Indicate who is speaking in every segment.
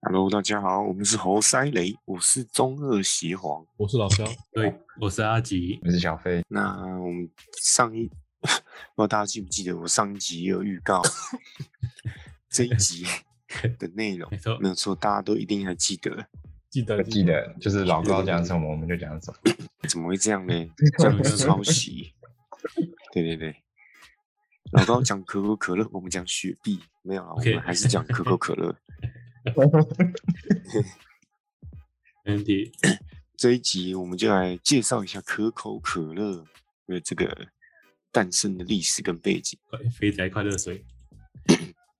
Speaker 1: Hello，大家好，我们是猴塞雷，我是中二邪皇。
Speaker 2: 我是老肖，
Speaker 3: 对，我是阿吉。
Speaker 4: 我是小飞，
Speaker 1: 那我们上一 不知道大家记不记得，我上一集也有预告这一集的内容
Speaker 3: 没，错，
Speaker 1: 没有错，大家都一定还记得。
Speaker 2: 记得
Speaker 4: 我记得就是老高讲什么我们就讲什么。
Speaker 1: 怎么会这样呢？这样就是抄袭。对对对，老高讲可口可乐，我们讲雪碧，没有啊我
Speaker 3: OK
Speaker 1: 们还是讲可口可乐。
Speaker 3: 没问题。
Speaker 1: 这一集我们就来介绍一下可口可乐的这个诞生的历史跟背景。
Speaker 3: 快肥宅快乐水，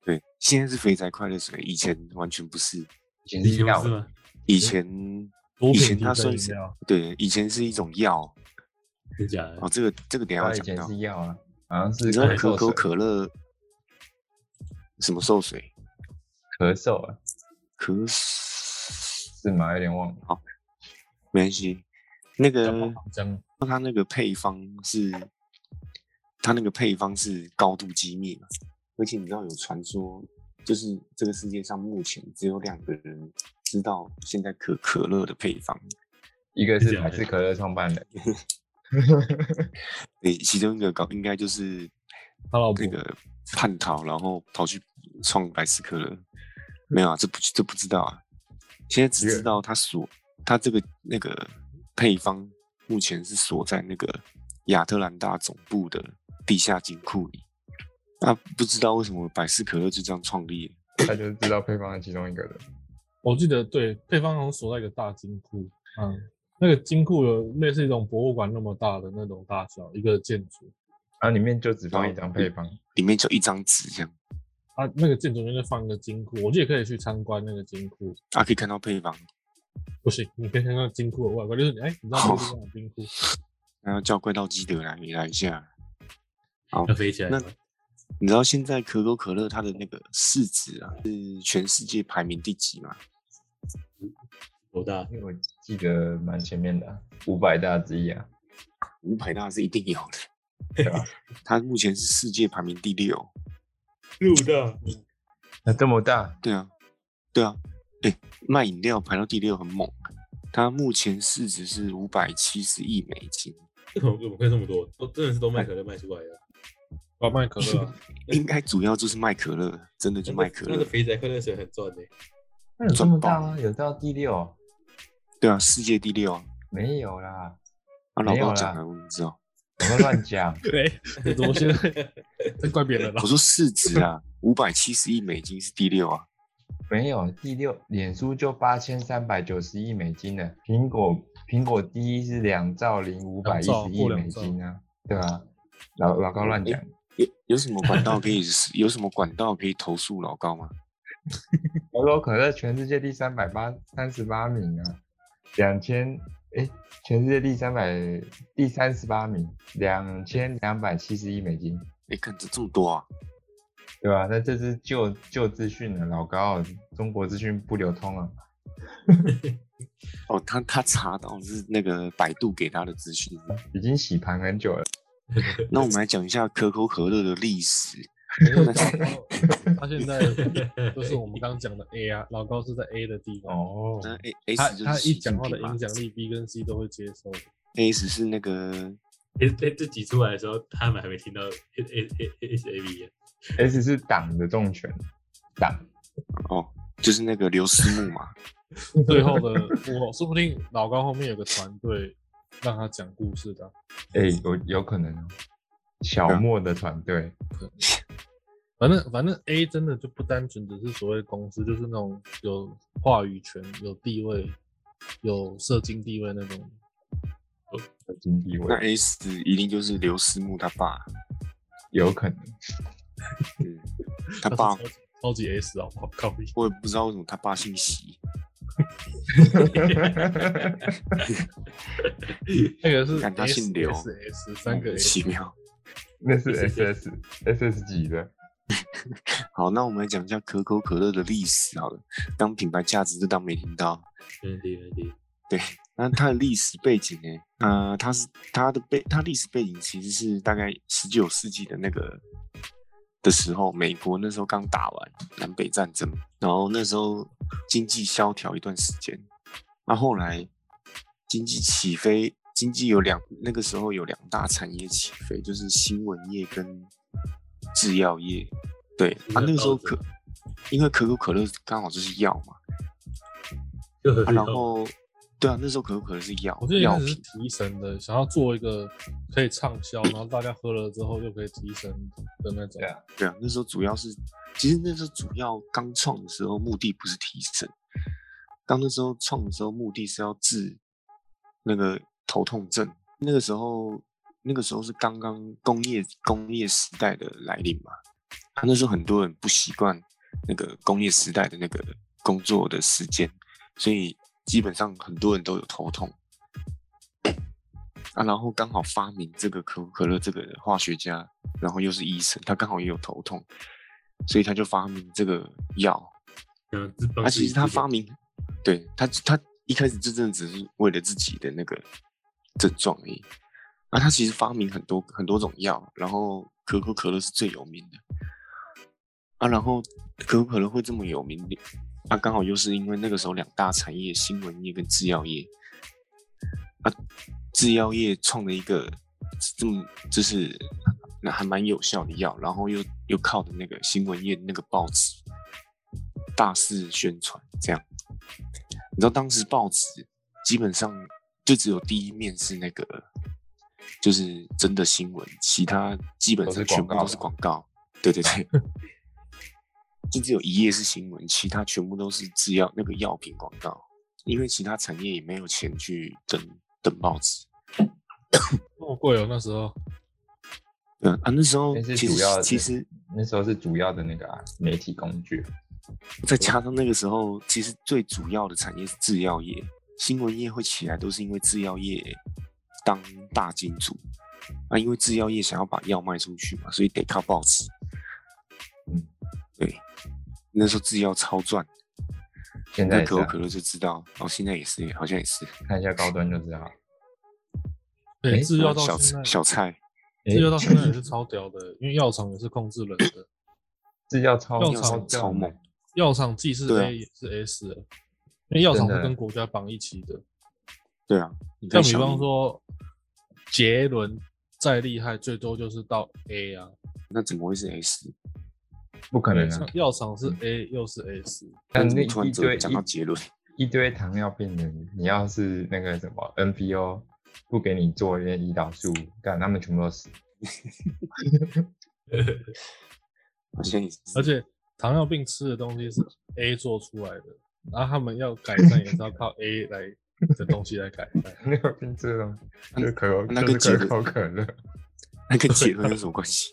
Speaker 1: 对，现在是肥宅快乐水，以前完全不是。
Speaker 4: 以前
Speaker 3: 以
Speaker 4: 是
Speaker 3: 前
Speaker 4: 药
Speaker 3: 不是，吗？
Speaker 1: 以前
Speaker 2: 毒
Speaker 1: 以
Speaker 2: 品
Speaker 1: 前它
Speaker 2: 提振
Speaker 1: 算
Speaker 2: 饮
Speaker 1: 是
Speaker 2: 料
Speaker 1: 对，以前是一种药
Speaker 3: 真假的
Speaker 1: 哦。？这个这个等一下
Speaker 4: 他
Speaker 1: 会
Speaker 4: 以
Speaker 1: 讲
Speaker 4: 前
Speaker 1: 到
Speaker 4: 是。药啊，好像
Speaker 1: 你
Speaker 4: 是
Speaker 1: 知道
Speaker 4: 咳
Speaker 1: 可口
Speaker 4: 嗽水
Speaker 1: 可乐什么受水？
Speaker 4: 咳嗽啊，
Speaker 1: 可
Speaker 4: 是吗？有点忘了。
Speaker 1: 没关系，那
Speaker 2: 叫泡
Speaker 1: 个
Speaker 2: 泡姜，
Speaker 1: 它那个配方是，它那个配方是高度机密嘛，而且你知道有传说，就是这个世界上目前只有两个人知道现在可可乐的配方，
Speaker 4: 一个
Speaker 3: 是这
Speaker 4: 是
Speaker 3: 样
Speaker 4: 百事可乐创办人，
Speaker 1: 诶，其中一个搞应该就是
Speaker 2: 他老婆
Speaker 1: 那个叛逃，然后跑去创百事可乐。没有啊，这不这不知道啊。现在只知道他所他这个那个配方目前是锁在那个亚特兰大总部的地下金库里。那不知道为什么百事可乐就这样创立了。
Speaker 4: 他就知道配方的其中一个人。
Speaker 2: 我记得对，配方好像锁在一个大金库，嗯，那个金库有类似一种博物馆那么大的那种大小一个建筑，
Speaker 4: 然后里面就只放一张配方，
Speaker 1: 里面就一张纸这样，
Speaker 2: 啊，那个建筑里面就放一个金库，我记得可以去参观那个金库，
Speaker 1: 啊，可以看到配方，
Speaker 2: 不行，你可以看看金库的外观，就是你哎，你知道这个地方有金库，
Speaker 1: 然后叫怪盗基德来来一下。好
Speaker 3: 要，飞起来
Speaker 1: 那
Speaker 3: 了。
Speaker 1: 你知道现在可口可乐它的那个市值啊是全世界排名第几吗？
Speaker 3: 多大？
Speaker 4: 因为我记得蛮前面的啊，五百大之一啊。
Speaker 1: 五百大是一定有的，
Speaker 4: 对吧？
Speaker 1: 它目前是世界排名第六。
Speaker 3: 六大。
Speaker 4: 那这么大，
Speaker 1: 对啊，对啊，哎、卖饮料排到第六很猛，它目前市值是五百七十亿美金，
Speaker 3: 这怎么怎么会这么多？都真的是都卖可乐卖出来的。
Speaker 2: 啊，卖可 乐啊，
Speaker 1: 应该主要就是卖可乐，真的就卖可
Speaker 3: 那
Speaker 1: 乐
Speaker 3: 个。肥宅快乐水很赚 的。
Speaker 4: 那有这么大
Speaker 1: 赚
Speaker 4: 吗？有到第六？
Speaker 1: 对啊，世界第六啊，
Speaker 4: 没有啦，
Speaker 1: 啊老
Speaker 4: 没有
Speaker 1: 高
Speaker 4: 啦
Speaker 1: 讲的，我们知道。
Speaker 4: 我们乱讲。
Speaker 2: 对，你怎么现在在怪别人了
Speaker 1: 我？说市值啊，五百七十亿美金是第六啊，
Speaker 4: 没有，第六，脸书就八千三百九十亿美金了，苹果苹果第一是两兆零五百
Speaker 2: 两
Speaker 4: 一
Speaker 2: 兆
Speaker 4: 十亿
Speaker 2: 过
Speaker 4: 美
Speaker 2: 两兆
Speaker 4: 金啊，对啊，老老高乱讲，
Speaker 1: 有有什么管道可以有什么管道可以投诉老高吗？
Speaker 4: 可口可乐全世界第三百八三十八名啊，两千哎，全世界第三百第三十八名，两千两百七十亿美金，
Speaker 1: 哎、看这这么多啊，
Speaker 4: 对吧、那这是旧旧资讯了，老高，中国资讯不流通啊，
Speaker 1: 哦，他他查到是那个百度给他的资讯，
Speaker 4: 已经洗盘很久了，
Speaker 1: 那我们来讲一下可口可乐的历史。
Speaker 2: 老高 他现在就是我们刚刚讲的 A 啊，老高是在 A 的地方。
Speaker 4: 哦，
Speaker 1: 那 A
Speaker 2: 他
Speaker 1: S 就是
Speaker 2: 他
Speaker 1: 习
Speaker 2: 一
Speaker 1: 近
Speaker 2: 讲话的
Speaker 1: 平嘛
Speaker 2: 影响力，B 跟 C 都会接 受的。
Speaker 1: ，S 是那个
Speaker 3: 哎哎，这挤出来的时候，他们还没听到 A A 啊 A H A B。
Speaker 4: S 是党的重拳，党。
Speaker 1: 哦，就是那个刘思慕 嘛。
Speaker 2: 最后的我说不定老高后面有个团队让他讲故事的啊，
Speaker 4: 哎、有有可能哦，小
Speaker 1: 对啊
Speaker 4: 莫的团队，
Speaker 2: 反正反正 A 真的就不单纯只是所谓公司，就是那种有话语权、有地位、有社经地位那种。
Speaker 4: 金地
Speaker 1: 那
Speaker 4: 位
Speaker 1: S 一定就是刘思慕他爸，
Speaker 4: 有可能，
Speaker 1: 嗯，他爸
Speaker 2: 是超级超级 S 啊！我靠，
Speaker 1: 我也不知道为什么他爸姓席，
Speaker 2: 那个是
Speaker 1: 干他
Speaker 2: S,
Speaker 1: 姓刘嗯
Speaker 2: S S 三个
Speaker 1: 莫名
Speaker 2: S
Speaker 1: 其妙。
Speaker 4: 那是
Speaker 3: 谢
Speaker 4: S
Speaker 3: 谢
Speaker 4: S S S 级的，
Speaker 1: 好，那我们来讲一下可口可乐的历史好了，当品牌价值就当没听到。
Speaker 3: 没问题，没问题。
Speaker 1: 那它的历史背景呢？
Speaker 2: 嗯
Speaker 1: 呃，它是它的背，它历史背景其实是大概十九世纪的那个的时候，美国那时候刚打完南北战争，然后那时候经济萧条一段时间，那后来经济起飞，经济有两那个时候有两大产业起飞，就是新闻业跟制药业。对，啊，那个时候可因为可口可乐刚好就是药嘛，
Speaker 3: 就很
Speaker 1: 啊、然后对啊，那时候可口可乐是药
Speaker 2: 我觉得应
Speaker 1: 药
Speaker 2: 该是
Speaker 1: 品，
Speaker 2: 提神的，想要做一个可以畅销，然后大家喝了之后又可以提神的那种
Speaker 4: 对。啊
Speaker 1: 对啊，那时候主要是，其实那时候主要刚创的时候目的不是提神，刚那时候创的时候目的是要治那个头痛症。那个时候，那个时候是刚刚工业工业时代的来临嘛，啊那时候很多人不习惯那个工业时代的那个工作的时间，所以基本上很多人都有头痛。啊，然后刚好发明这个可口可乐这个化学家，然后又是医生，他刚好也有头痛，所以他就发明这个药。
Speaker 3: 嗯，自
Speaker 1: 那、
Speaker 3: 帮自
Speaker 1: 啊其
Speaker 3: 己
Speaker 1: 实他
Speaker 3: 自己
Speaker 1: 发明，对他他一开始就真的只是为了自己的那个症状而已。啊，他其实发明很多很多种药，然后可口可乐是最有名的。啊，然后可口可乐会这么有名，啊，刚好又是因为那个时候两大产业，新闻业跟制药业，啊，制药业创了一个这么就是那还蛮有效的药，然后又又靠的那个新闻业那个报纸大肆宣传，这样，你知道当时报纸基本上就只有第一面是那个就是真的新闻，其他基本上
Speaker 4: 都是
Speaker 1: 全
Speaker 4: 广
Speaker 1: 部
Speaker 4: 告
Speaker 1: 都是广告，对对对。 就只有一页是新闻，其他全部都是制药那个药品广告，因为其他产业也没有钱去登登报纸。
Speaker 2: 那么贵哦，那时候
Speaker 1: 嗯啊，那时候
Speaker 4: 但是
Speaker 1: 其
Speaker 4: 主要
Speaker 1: 实
Speaker 4: 的
Speaker 1: 其实
Speaker 4: 那时候是主要的那个、啊、媒体工具，
Speaker 1: 再加上那个时候，其实最主要的产业是制药业，新闻业会起来都是因为制药业当大金主啊，因为制药业想要把药卖出去嘛，所以得靠报纸。
Speaker 4: 嗯，
Speaker 1: 对，那时候制药超赚，
Speaker 4: 现在
Speaker 1: 那
Speaker 4: 也是
Speaker 1: 可
Speaker 4: 啊、
Speaker 1: 口可乐就知道，哦，现在也是，好像也是，
Speaker 4: 看一下高端就知道。
Speaker 2: 对，
Speaker 4: 诶
Speaker 2: 制药到
Speaker 1: 小
Speaker 2: 现在，
Speaker 1: 小菜。
Speaker 2: 制药到现在也是超屌的，因为药厂也是控制人的，
Speaker 4: 制药超
Speaker 2: 药
Speaker 1: 厂
Speaker 4: 屌
Speaker 1: 超猛
Speaker 4: 的，
Speaker 2: 药厂既是
Speaker 1: 对啊
Speaker 2: A 也是 S，的因为药厂
Speaker 4: 真
Speaker 2: 是
Speaker 4: 的
Speaker 2: 跟国家绑一起的。
Speaker 1: 对啊，你
Speaker 2: 像
Speaker 1: 看
Speaker 2: 比
Speaker 1: 小
Speaker 2: 方
Speaker 1: 米，
Speaker 2: 说杰伦再厉害，最多就是到 A 啊，
Speaker 1: 那怎么会是 S？
Speaker 4: 不可能
Speaker 2: 因为
Speaker 4: 啊！
Speaker 2: 药厂是 A 又是 S，
Speaker 1: 但
Speaker 4: 但
Speaker 1: 怎
Speaker 4: 那
Speaker 1: 么突
Speaker 4: 一
Speaker 1: 然
Speaker 4: 堆
Speaker 1: 讲到杰伦？
Speaker 4: 一堆糖尿病的，你要是那个什么 NPO 不给你做那胰岛素，干他们全部都死。
Speaker 1: 好像也是，
Speaker 2: 而且糖尿病吃的东西是 A 做出来的，然后他们要改善也是要靠 A 来的东西来改 善。
Speaker 4: 没有病这种，
Speaker 1: 那
Speaker 4: 就是可口，
Speaker 1: 嗯那
Speaker 4: 就
Speaker 1: 跟
Speaker 4: 是
Speaker 1: 杰
Speaker 4: 可口
Speaker 1: 伦
Speaker 4: 可乐，
Speaker 1: 那跟杰伦有什么关系？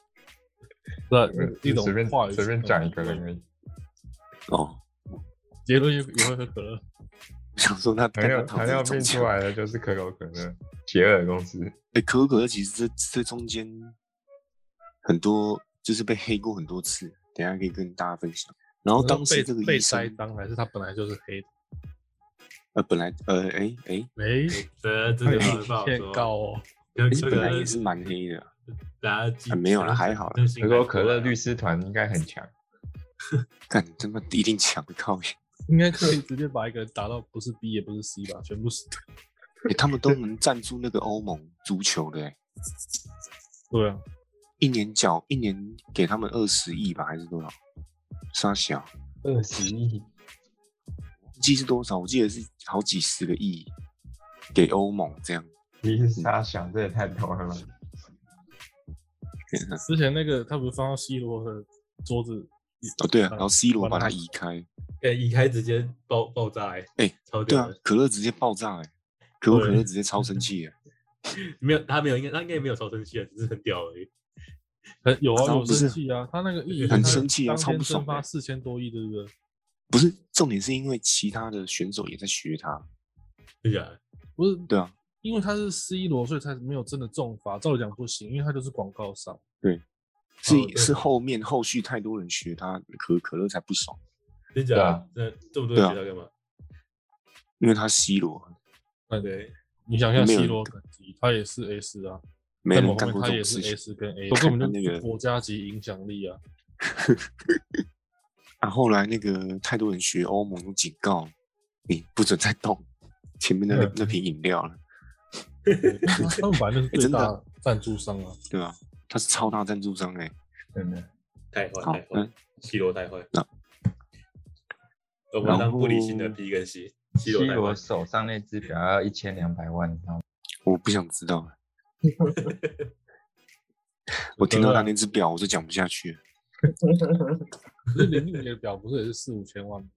Speaker 2: 那啊嗯一
Speaker 4: 就
Speaker 2: 种
Speaker 4: 呃随便
Speaker 2: 话语
Speaker 4: 随便讲一个
Speaker 2: 人，
Speaker 4: 人，
Speaker 1: 哦，
Speaker 2: 杰伦也也会喝可乐，
Speaker 1: 我想说那
Speaker 4: 糖
Speaker 1: 跟
Speaker 4: 尿
Speaker 1: 他
Speaker 4: 糖
Speaker 1: 讨
Speaker 4: 尿
Speaker 1: 论
Speaker 4: 病
Speaker 1: 中间
Speaker 4: 出，来的就是可口可乐， 邪恶的公司。
Speaker 1: 哎，可口可乐其实这这中间很多就是被黑过很多次，等一下可以跟大家分享。然后当时
Speaker 2: 被
Speaker 1: 这个
Speaker 2: 被
Speaker 1: 医
Speaker 2: 栽
Speaker 1: 生，
Speaker 2: 赃还是他本来就是黑的，
Speaker 1: 呃，本来呃，哎哎，
Speaker 2: 没
Speaker 3: 这 真的没办法
Speaker 2: 骗告
Speaker 3: 说，
Speaker 2: 哦。
Speaker 3: 可
Speaker 1: 其实
Speaker 3: 口可
Speaker 1: 本来
Speaker 3: 乐
Speaker 1: 也是蛮黑的，
Speaker 3: 大家记
Speaker 1: 啊没有啦还好啦
Speaker 3: 真心
Speaker 4: 可
Speaker 3: 改
Speaker 4: 口
Speaker 3: 过
Speaker 4: 可
Speaker 3: 来
Speaker 4: 乐
Speaker 3: 啊
Speaker 4: 律师团应该很 强，
Speaker 1: 干他妈一定抢靠呀！
Speaker 2: 应该可以直接把一个人打到不是 B 也不是 C 吧，全部是。
Speaker 1: 哎，他们都能赞助那个欧盟足球的，哎，
Speaker 2: 对啊，
Speaker 1: 一年缴一年给他们二十亿吧，还是多少？沙小，
Speaker 4: 二十亿，
Speaker 1: 我记得是多少？我记得是好几十个亿给欧盟这样。
Speaker 4: 你是瞎想，这也太多了吧？
Speaker 2: 之前那个他不是放到 C 罗的桌子，
Speaker 1: 哦，对啊，
Speaker 2: 呃
Speaker 1: 然后 C 罗把
Speaker 2: 把
Speaker 1: 它
Speaker 2: 它
Speaker 1: 移开，
Speaker 3: 哎，移开直接爆爆炸哎、
Speaker 1: 哎
Speaker 3: 超
Speaker 1: 对
Speaker 3: 屌
Speaker 1: 啊
Speaker 3: 的！，
Speaker 1: 可乐直接爆炸哎、可口可乐
Speaker 3: 对
Speaker 1: 直接超生 气哎、
Speaker 3: 没有他没有，应该他应该没有超生气啊，只是很屌而已。
Speaker 2: 很有
Speaker 1: 然
Speaker 2: 啊
Speaker 1: 后
Speaker 2: 有
Speaker 1: 不是
Speaker 2: 生气啊，他那个亿
Speaker 1: 很生气啊超不爽
Speaker 2: 发
Speaker 1: 的
Speaker 2: 四千多亿对不对？
Speaker 1: 不是重点是因为其他的选手也在学他，
Speaker 3: 真假的？
Speaker 2: 不是
Speaker 1: 对啊，
Speaker 2: 因为他是 C 罗，所以才没有真的重罚。照理讲不行，因为他就是广告商。
Speaker 1: 是、
Speaker 3: 哦对
Speaker 1: 是后面后续太多人学他，可口可乐才不爽，
Speaker 3: 真假
Speaker 4: 对
Speaker 3: 的
Speaker 4: 啊？
Speaker 3: 那这么多
Speaker 1: 对
Speaker 3: 人
Speaker 1: 啊
Speaker 3: 学他干嘛？
Speaker 1: 因为他 C 罗，
Speaker 2: 那
Speaker 3: 对，
Speaker 2: 你想一下
Speaker 1: 没有
Speaker 2: C 罗等级，他也是 S 啊，
Speaker 1: 没
Speaker 2: 在某
Speaker 1: 人
Speaker 2: 方
Speaker 1: 干
Speaker 2: 面
Speaker 1: 过
Speaker 2: 它
Speaker 1: 这
Speaker 2: 也
Speaker 1: 种
Speaker 2: 是
Speaker 1: 事
Speaker 2: A
Speaker 1: 情。
Speaker 2: 四跟 A，
Speaker 1: 我看
Speaker 2: 根本
Speaker 1: 那
Speaker 2: 就是
Speaker 1: 个
Speaker 2: 国家级影响力啊。
Speaker 1: 啊，后来那个太多人学欧盟都警告你不准再动前面那个
Speaker 2: 嗯
Speaker 1: 那瓶饮料了，
Speaker 2: 对他们本来就是最
Speaker 1: 哎真的
Speaker 2: 大的赞助商啊，
Speaker 1: 对吧、他是超大赞助商哎、
Speaker 4: 真的。
Speaker 3: 太坏
Speaker 1: 好
Speaker 3: 太坏
Speaker 1: 嗯，
Speaker 3: 西罗太坏
Speaker 1: 那。
Speaker 3: 我马上不理性的
Speaker 1: 然后
Speaker 3: B 跟 C，西
Speaker 4: C
Speaker 3: 罗太
Speaker 4: 罗
Speaker 3: 坏。
Speaker 4: 手上那只表要一千两百万，你知 道吗？
Speaker 1: 我不想知道了。我听到他那只表，我就讲不下去了。
Speaker 2: 可是林俊杰的表不是也是四五千万吗？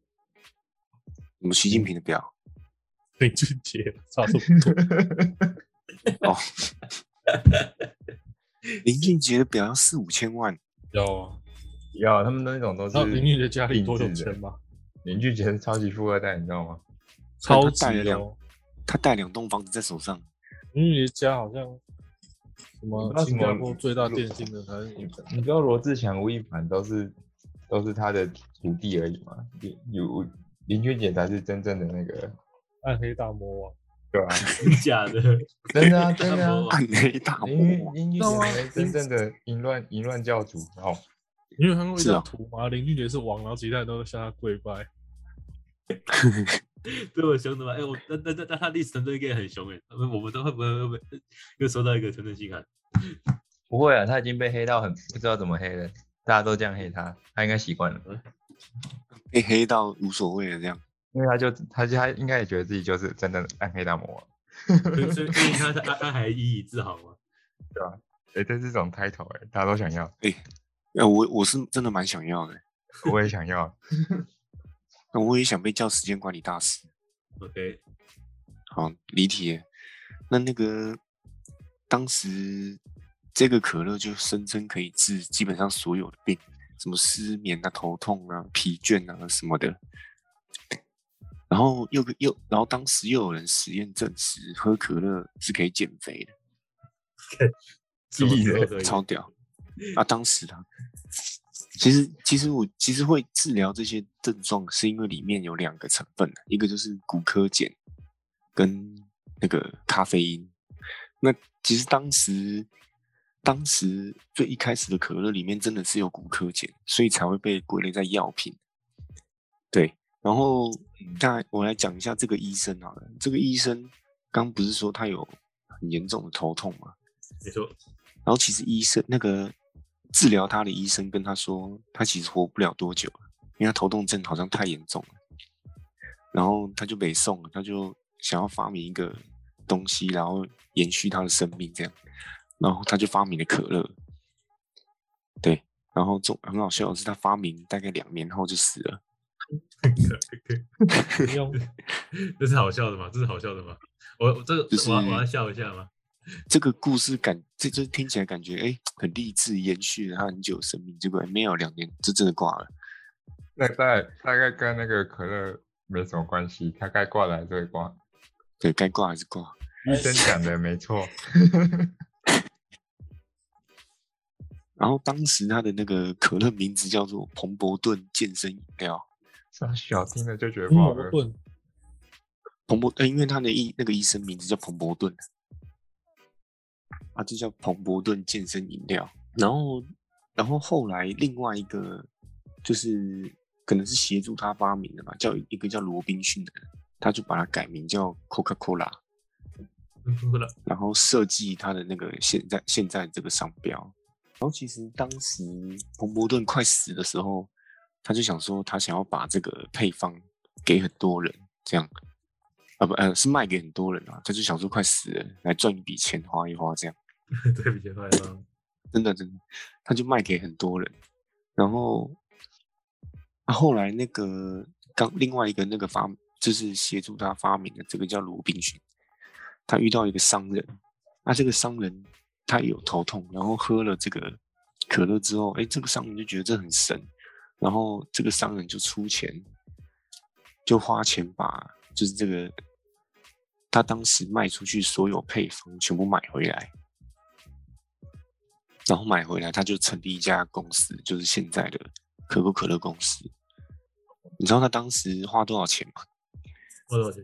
Speaker 1: 什么
Speaker 2: 嗯
Speaker 1: 习近平的表？
Speaker 2: 林俊杰差不多，
Speaker 1: 林俊杰的表要四五千万，
Speaker 2: 有啊。
Speaker 4: 有，他们那种都
Speaker 2: 然后
Speaker 4: 是
Speaker 2: 哦林俊杰家里多有
Speaker 4: 定制的
Speaker 2: 钱吗？
Speaker 4: 林俊杰是超级富二代，你知道吗？
Speaker 2: 超
Speaker 1: 他带了
Speaker 2: 级
Speaker 1: 两
Speaker 2: 哦，
Speaker 1: 他带两栋房子在手上，
Speaker 2: 林俊杰家好像什
Speaker 4: 你
Speaker 2: 么
Speaker 4: 知道什
Speaker 2: 新
Speaker 4: 么
Speaker 2: 加坡最大电信的还是什么
Speaker 4: 你知道罗志祥、吴亦凡都是都是他的徒弟而已嘛？林有林俊杰才是真正的那个，
Speaker 2: 暗黑大魔王。
Speaker 4: 对吧、
Speaker 3: 假的，
Speaker 4: 真 的啊，真的
Speaker 3: 大魔
Speaker 4: 啊
Speaker 3: 王。
Speaker 1: 暗黑大
Speaker 4: 林俊
Speaker 1: 魔王。
Speaker 4: 林俊
Speaker 2: 那
Speaker 4: 杰
Speaker 2: 我
Speaker 4: 才是真正
Speaker 2: 啊
Speaker 4: 的淫乱淫乱教主，然后
Speaker 2: 你有看过一
Speaker 1: 是啊
Speaker 2: 张图吗？林俊杰是王，然后其他人都向他跪拜。
Speaker 3: 对我凶的吗？哎、我那那那那他历史团队应该也很凶哎、我们我们都会不会会不会又收到一个团队信函？
Speaker 4: 不会啊，他已经被黑到很不知道怎么黑了，大家都这样黑他，他应该习惯了，
Speaker 1: 被黑到无所谓了，这样
Speaker 4: 因为他就他就他应该也觉得自己就是真正的暗黑大魔王，
Speaker 3: 所以所以所以他是安安还以以自豪吗？
Speaker 4: 哎、这是一种 title 哎、大家都想要，
Speaker 1: 呃，我我是真的蛮想要的，
Speaker 4: 我也想要，
Speaker 1: 那我也想被叫时间管理大师。
Speaker 3: OK，
Speaker 1: 好，离题了。那那个当时这个可乐就声称可以治基本上所有的病，什么失眠啊、头痛啊、疲倦啊什么的。然后又又，然后当时又有人实验证实喝可乐是可以减肥的，
Speaker 3: 什么
Speaker 4: 屁
Speaker 3: 时候
Speaker 4: 嘞
Speaker 3: 可以？
Speaker 1: 欸超屌啊！当时啊，其实其实我其实会治疗这些症状，是因为里面有两个成分，啊一个就是骨科碱跟那个咖啡因。那其实当时当时最一开始的可乐里面真的是有骨科碱，所以才会被归类在药品。对，然后那我来讲一下这个医生好了，这个医生刚不是说他有很严重的头痛吗？
Speaker 3: 你说
Speaker 1: 然后其实医生那个治疗他的医生跟他说，他其实活不了多久了，因为他头痛症好像太严重了。然后他就北宋了，他就想要发明一个东西，然后延续他的生命这样。然后他就发明了可乐，对。然后重很好笑的是，他发明大概两年后就死了。
Speaker 2: 你用
Speaker 3: 这是好笑的吗？这是好笑的吗？我我这个、
Speaker 1: 就是
Speaker 3: 我要我要笑一下吗？
Speaker 1: 这个故事感，这这听起来感觉哎、诶很励志，延续了他很久的生命，结果诶没有两年就真的挂了。
Speaker 4: 那大大概跟那个可乐没什么关系，他该挂的还是 会挂。
Speaker 1: 对该挂还是挂。
Speaker 4: 医生讲的没错，
Speaker 1: 然后当时他的那个可乐名字叫做彭伯顿健身饮料，
Speaker 4: 傻小听了
Speaker 1: 哎
Speaker 4: 就觉得不
Speaker 2: 魔
Speaker 4: 好喝。
Speaker 2: 棍，
Speaker 1: 彭伯，呃，因为他的医那个医生名字叫彭伯顿，啊，就叫彭伯顿健身饮料。然后，然后后来另外一个就是可能是协助他发明的吧，叫一个叫罗宾逊的人，他就把它改名叫 Coca Cola，
Speaker 3: 不了，
Speaker 1: 然后设计他的那个现在现在这个商标。然后其实当时彭伯顿快死的时候，他就想说他想要把这个配方给很多人，这样啊不呃是卖给很多人啊，他就想说快死了来赚一笔钱花一花这样。
Speaker 3: 对不起，坏了。
Speaker 1: 真的真的，他就卖给很多人。然后，啊、后来那个刚另外一个那个发就是协助他发明的这个叫罗宾逊，他遇到一个商人，那、这个商人他有头痛，然后喝了这个可乐之后，哎，这个商人就觉得这很神，然后这个商人就出钱，就花钱把就是这个他当时卖出去所有配方全部买回来。然后买回来，他就成立一家公司，就是现在的可口可乐公司。你知道他当时花多少钱吗？
Speaker 3: 花多少钱？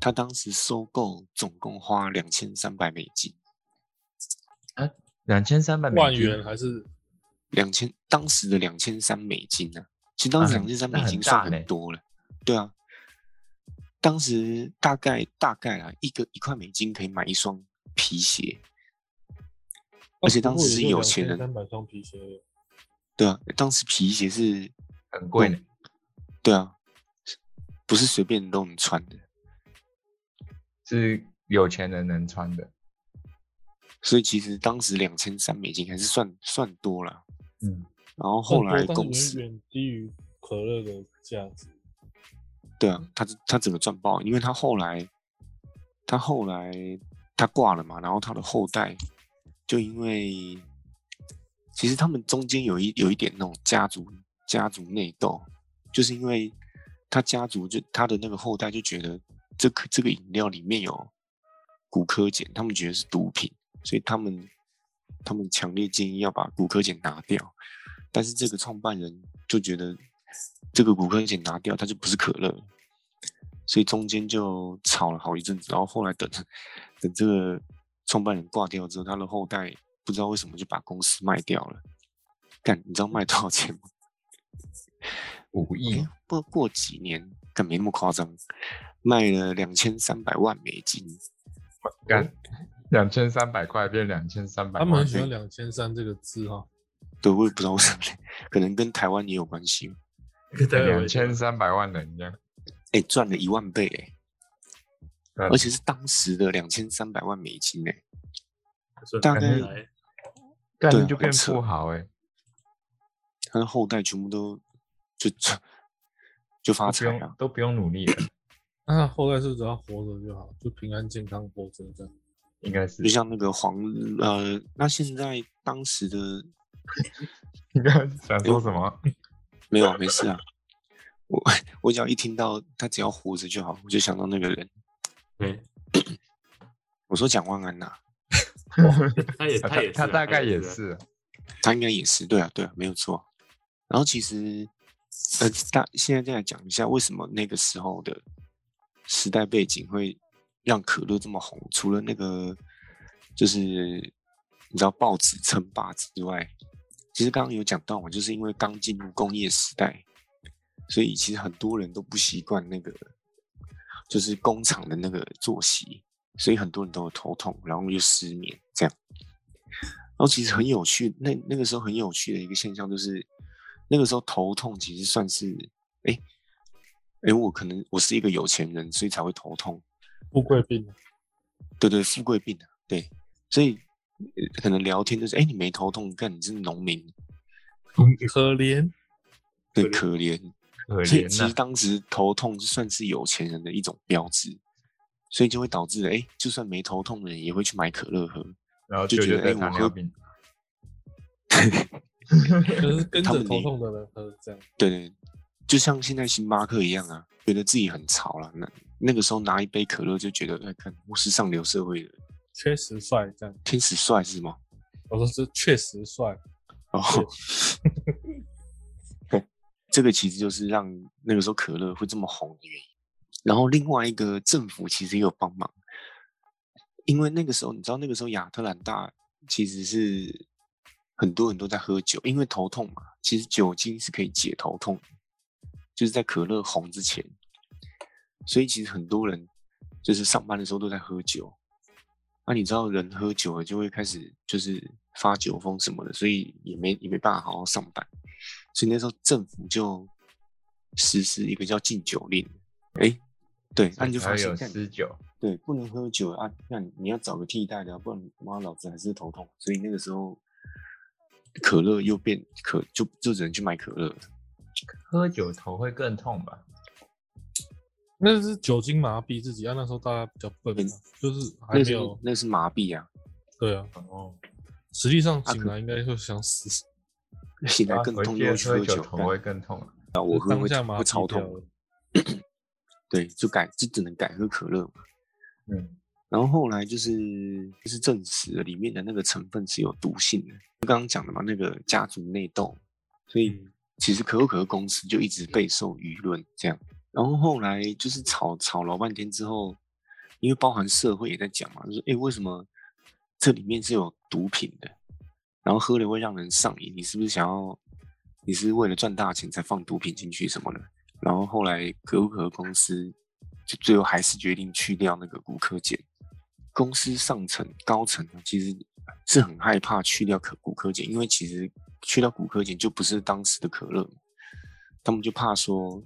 Speaker 1: 他当时收购总共花两千三百美金，
Speaker 2: 啊，
Speaker 4: 两千三百
Speaker 2: 万元还是
Speaker 1: 两千当时的两千三美金啊，其实当时
Speaker 4: 啊
Speaker 1: 两千三
Speaker 4: 那
Speaker 1: 美
Speaker 4: 很
Speaker 1: 金
Speaker 4: 大
Speaker 1: 算
Speaker 4: 嘞
Speaker 1: 很多了，对啊，当时大概大概啊，一个一块美金可以买一双皮鞋，而且当时是有钱人
Speaker 2: 三百双皮鞋而已，
Speaker 1: 对啊，当时皮鞋是，
Speaker 4: 很贵呢。
Speaker 1: 对啊，不是随便都能穿的，
Speaker 4: 是有钱人能穿的。
Speaker 1: 所以其实当时两千三美金还是算算多了，
Speaker 4: 嗯，
Speaker 1: 然后后来
Speaker 2: 但
Speaker 1: 公
Speaker 2: 是
Speaker 1: 司
Speaker 2: 远远低于可乐的价值。
Speaker 1: 对啊，他他整个赚爆，因为他后来他后来他挂了嘛，然后他的后代就因为其实他们中间有一有一点那种家族家族内斗，就是因为他家族就他的那个后代就觉得这个这个饮料里面有骨科碱，他们觉得是毒品，所以他们他们强烈建议要把骨科碱拿掉，但是这个创办人就觉得这个骨科碱拿掉，它就不是可乐了，所以中间就吵了好一阵子，然后后来等 等这个创办人挂掉之后，他的后代不知道为什么就把公司卖掉了，干，你知道卖多少钱吗？
Speaker 4: 五亿
Speaker 2: 嗯
Speaker 1: 哎不过过几年，但没那么夸张，卖了两千三百万美金。
Speaker 4: 干，两千三百块变两千三百
Speaker 2: 他们
Speaker 4: 万
Speaker 2: 很，喜欢两千三这个字哈，
Speaker 1: 对，我也不知道为什么，可能跟台湾也有关系。
Speaker 3: 跟台湾
Speaker 4: 两千三百万人一样。
Speaker 1: 哎，赚了一万倍哎，
Speaker 4: 干嗯
Speaker 1: 而且是当时的两千三百万美金哎，
Speaker 3: 算
Speaker 1: 大
Speaker 4: 概
Speaker 3: 来
Speaker 4: 干
Speaker 1: 对啊
Speaker 4: 你就变
Speaker 1: 很扯
Speaker 4: 富豪哎，
Speaker 1: 他的后代全部都就 就就发
Speaker 4: 都不
Speaker 1: 财
Speaker 4: 用
Speaker 1: 啊！
Speaker 4: 都不用努力了，
Speaker 2: 那他后代是只要活着就好，就平安健康活着这样。
Speaker 4: 应该是
Speaker 1: 就像那个黄呃，那现在当时的
Speaker 4: 应该 想说什么？
Speaker 1: 没有啊没事啊，我我只要一听到他只要活着就好，我就想到那个人。
Speaker 3: 对，
Speaker 1: 我说蒋万安呐、
Speaker 3: 他也
Speaker 4: 啊
Speaker 3: 他也是啊
Speaker 4: 他大概也
Speaker 3: 啊
Speaker 4: 是啊，
Speaker 1: 他应该也是，对啊，对啊，没有错。然后其实，呃，大现在再来讲一下，为什么那个时候的时代背景会让可乐这么红？除了那个就是你知道报纸称霸之外，其实刚刚有讲到嘛，就是因为刚进入工业时代，所以其实很多人都不习惯那个就是工厂的那个作息，所以很多人都有头痛，然后又失眠这样。然后其实很有趣，那那个时候很有趣的一个现象就是，那个时候头痛其实算是，哎、哎、我可能我是一个有钱人，所以才会头痛。
Speaker 2: 富贵病啊，
Speaker 1: 对对，富贵病啊，对，所以、呃可能聊天就是，哎、你没头痛，干你是农民，嗯
Speaker 2: 可怜。
Speaker 1: 对，
Speaker 3: 可
Speaker 1: 可怜。
Speaker 4: 可
Speaker 1: 所以其
Speaker 4: 怜啊
Speaker 1: 实
Speaker 4: 呐。
Speaker 1: 当时头痛算是有钱人的一种标志，所以就会导致，哎、就算没头痛的人也会去买可乐喝。
Speaker 4: 然后
Speaker 1: 就
Speaker 4: 舅
Speaker 1: 觉
Speaker 4: 舅
Speaker 1: 得
Speaker 4: 在
Speaker 1: 哎
Speaker 4: 糖
Speaker 1: 我
Speaker 4: 尿
Speaker 1: 喝
Speaker 4: 病，
Speaker 2: 就是跟
Speaker 1: 他
Speaker 2: 着
Speaker 1: 们
Speaker 2: 头
Speaker 1: 离
Speaker 2: 痛的人喝这样。
Speaker 1: 对对，就像现在星巴克一样啊，觉得自己很潮了。那那个时候拿一杯可乐就觉得，哎，看我是上流社会的
Speaker 2: 确实帅，这样
Speaker 1: 天使帅是吗？
Speaker 2: 我说这确实帅，
Speaker 1: 哦， 这个其实就是让那个时候可乐会这么红的原因。然后另外一个政府其实也有帮忙，因为那个时候你知道那个时候亚特兰大其实是很多人都在喝酒，因为头痛嘛，其实酒精是可以解头痛的，就是在可乐红之前，所以其实很多人就是上班的时候都在喝酒。那、你知道人喝酒了就会开始就是发酒疯什么的，所以也没也没办法好好上班，所以那时候政府就实施一个叫禁酒令。哎，对，那、你就发
Speaker 4: 还
Speaker 1: 现
Speaker 4: 有
Speaker 1: 干
Speaker 4: 私酒，
Speaker 1: 对，不能喝酒啊，那你你要找个替代的、啊，不然妈老子还是头痛。所以那个时候，可乐又变可就就只能去买可乐了。
Speaker 4: 喝酒头会更痛吧？
Speaker 2: 那是酒精麻痹自己啊。那时候大家比较笨嘛，就是还
Speaker 1: 嗯那
Speaker 2: 没
Speaker 1: 时
Speaker 2: 有
Speaker 1: 候那是麻痹啊，
Speaker 2: 对啊，
Speaker 4: 哦，
Speaker 2: 实际上
Speaker 1: 啊
Speaker 2: 醒
Speaker 1: 可
Speaker 2: 来应该会想死，
Speaker 1: 醒来
Speaker 4: 啊
Speaker 1: 更
Speaker 4: 我
Speaker 1: 痛
Speaker 4: 记
Speaker 1: 又
Speaker 4: 得
Speaker 1: 去
Speaker 4: 喝
Speaker 1: 喝
Speaker 4: 酒
Speaker 1: 酒，
Speaker 4: 头
Speaker 1: 干
Speaker 4: 会更痛啊。
Speaker 1: 啊，我
Speaker 2: 就
Speaker 1: 喝
Speaker 2: 当
Speaker 1: 会
Speaker 2: 下麻
Speaker 1: 会超
Speaker 2: 痹掉
Speaker 1: 痛
Speaker 2: 了。。
Speaker 1: 对，就改就只能改喝可乐嘛。
Speaker 4: 嗯，
Speaker 1: 然后后来就是就是证实了里面的那个成分是有毒性的，就刚刚讲的嘛，那个家族内斗，所以
Speaker 3: 嗯
Speaker 1: 其实可口可乐公司就一直备受舆论这样。然后后来就是吵吵老半天之后，因为包含社会也在讲嘛，就是诶为什么这里面是有毒品的，然后喝了会让人上瘾，你是不是想要？你是为了赚大钱才放毒品进去什么的？然后后来可口可乐公司就最后还是决定去掉那个骨科碱。公司上层高层呢其实是很害怕去掉可骨科碱，因为其实去掉骨科碱就不是当时的可乐嘛，他们就怕说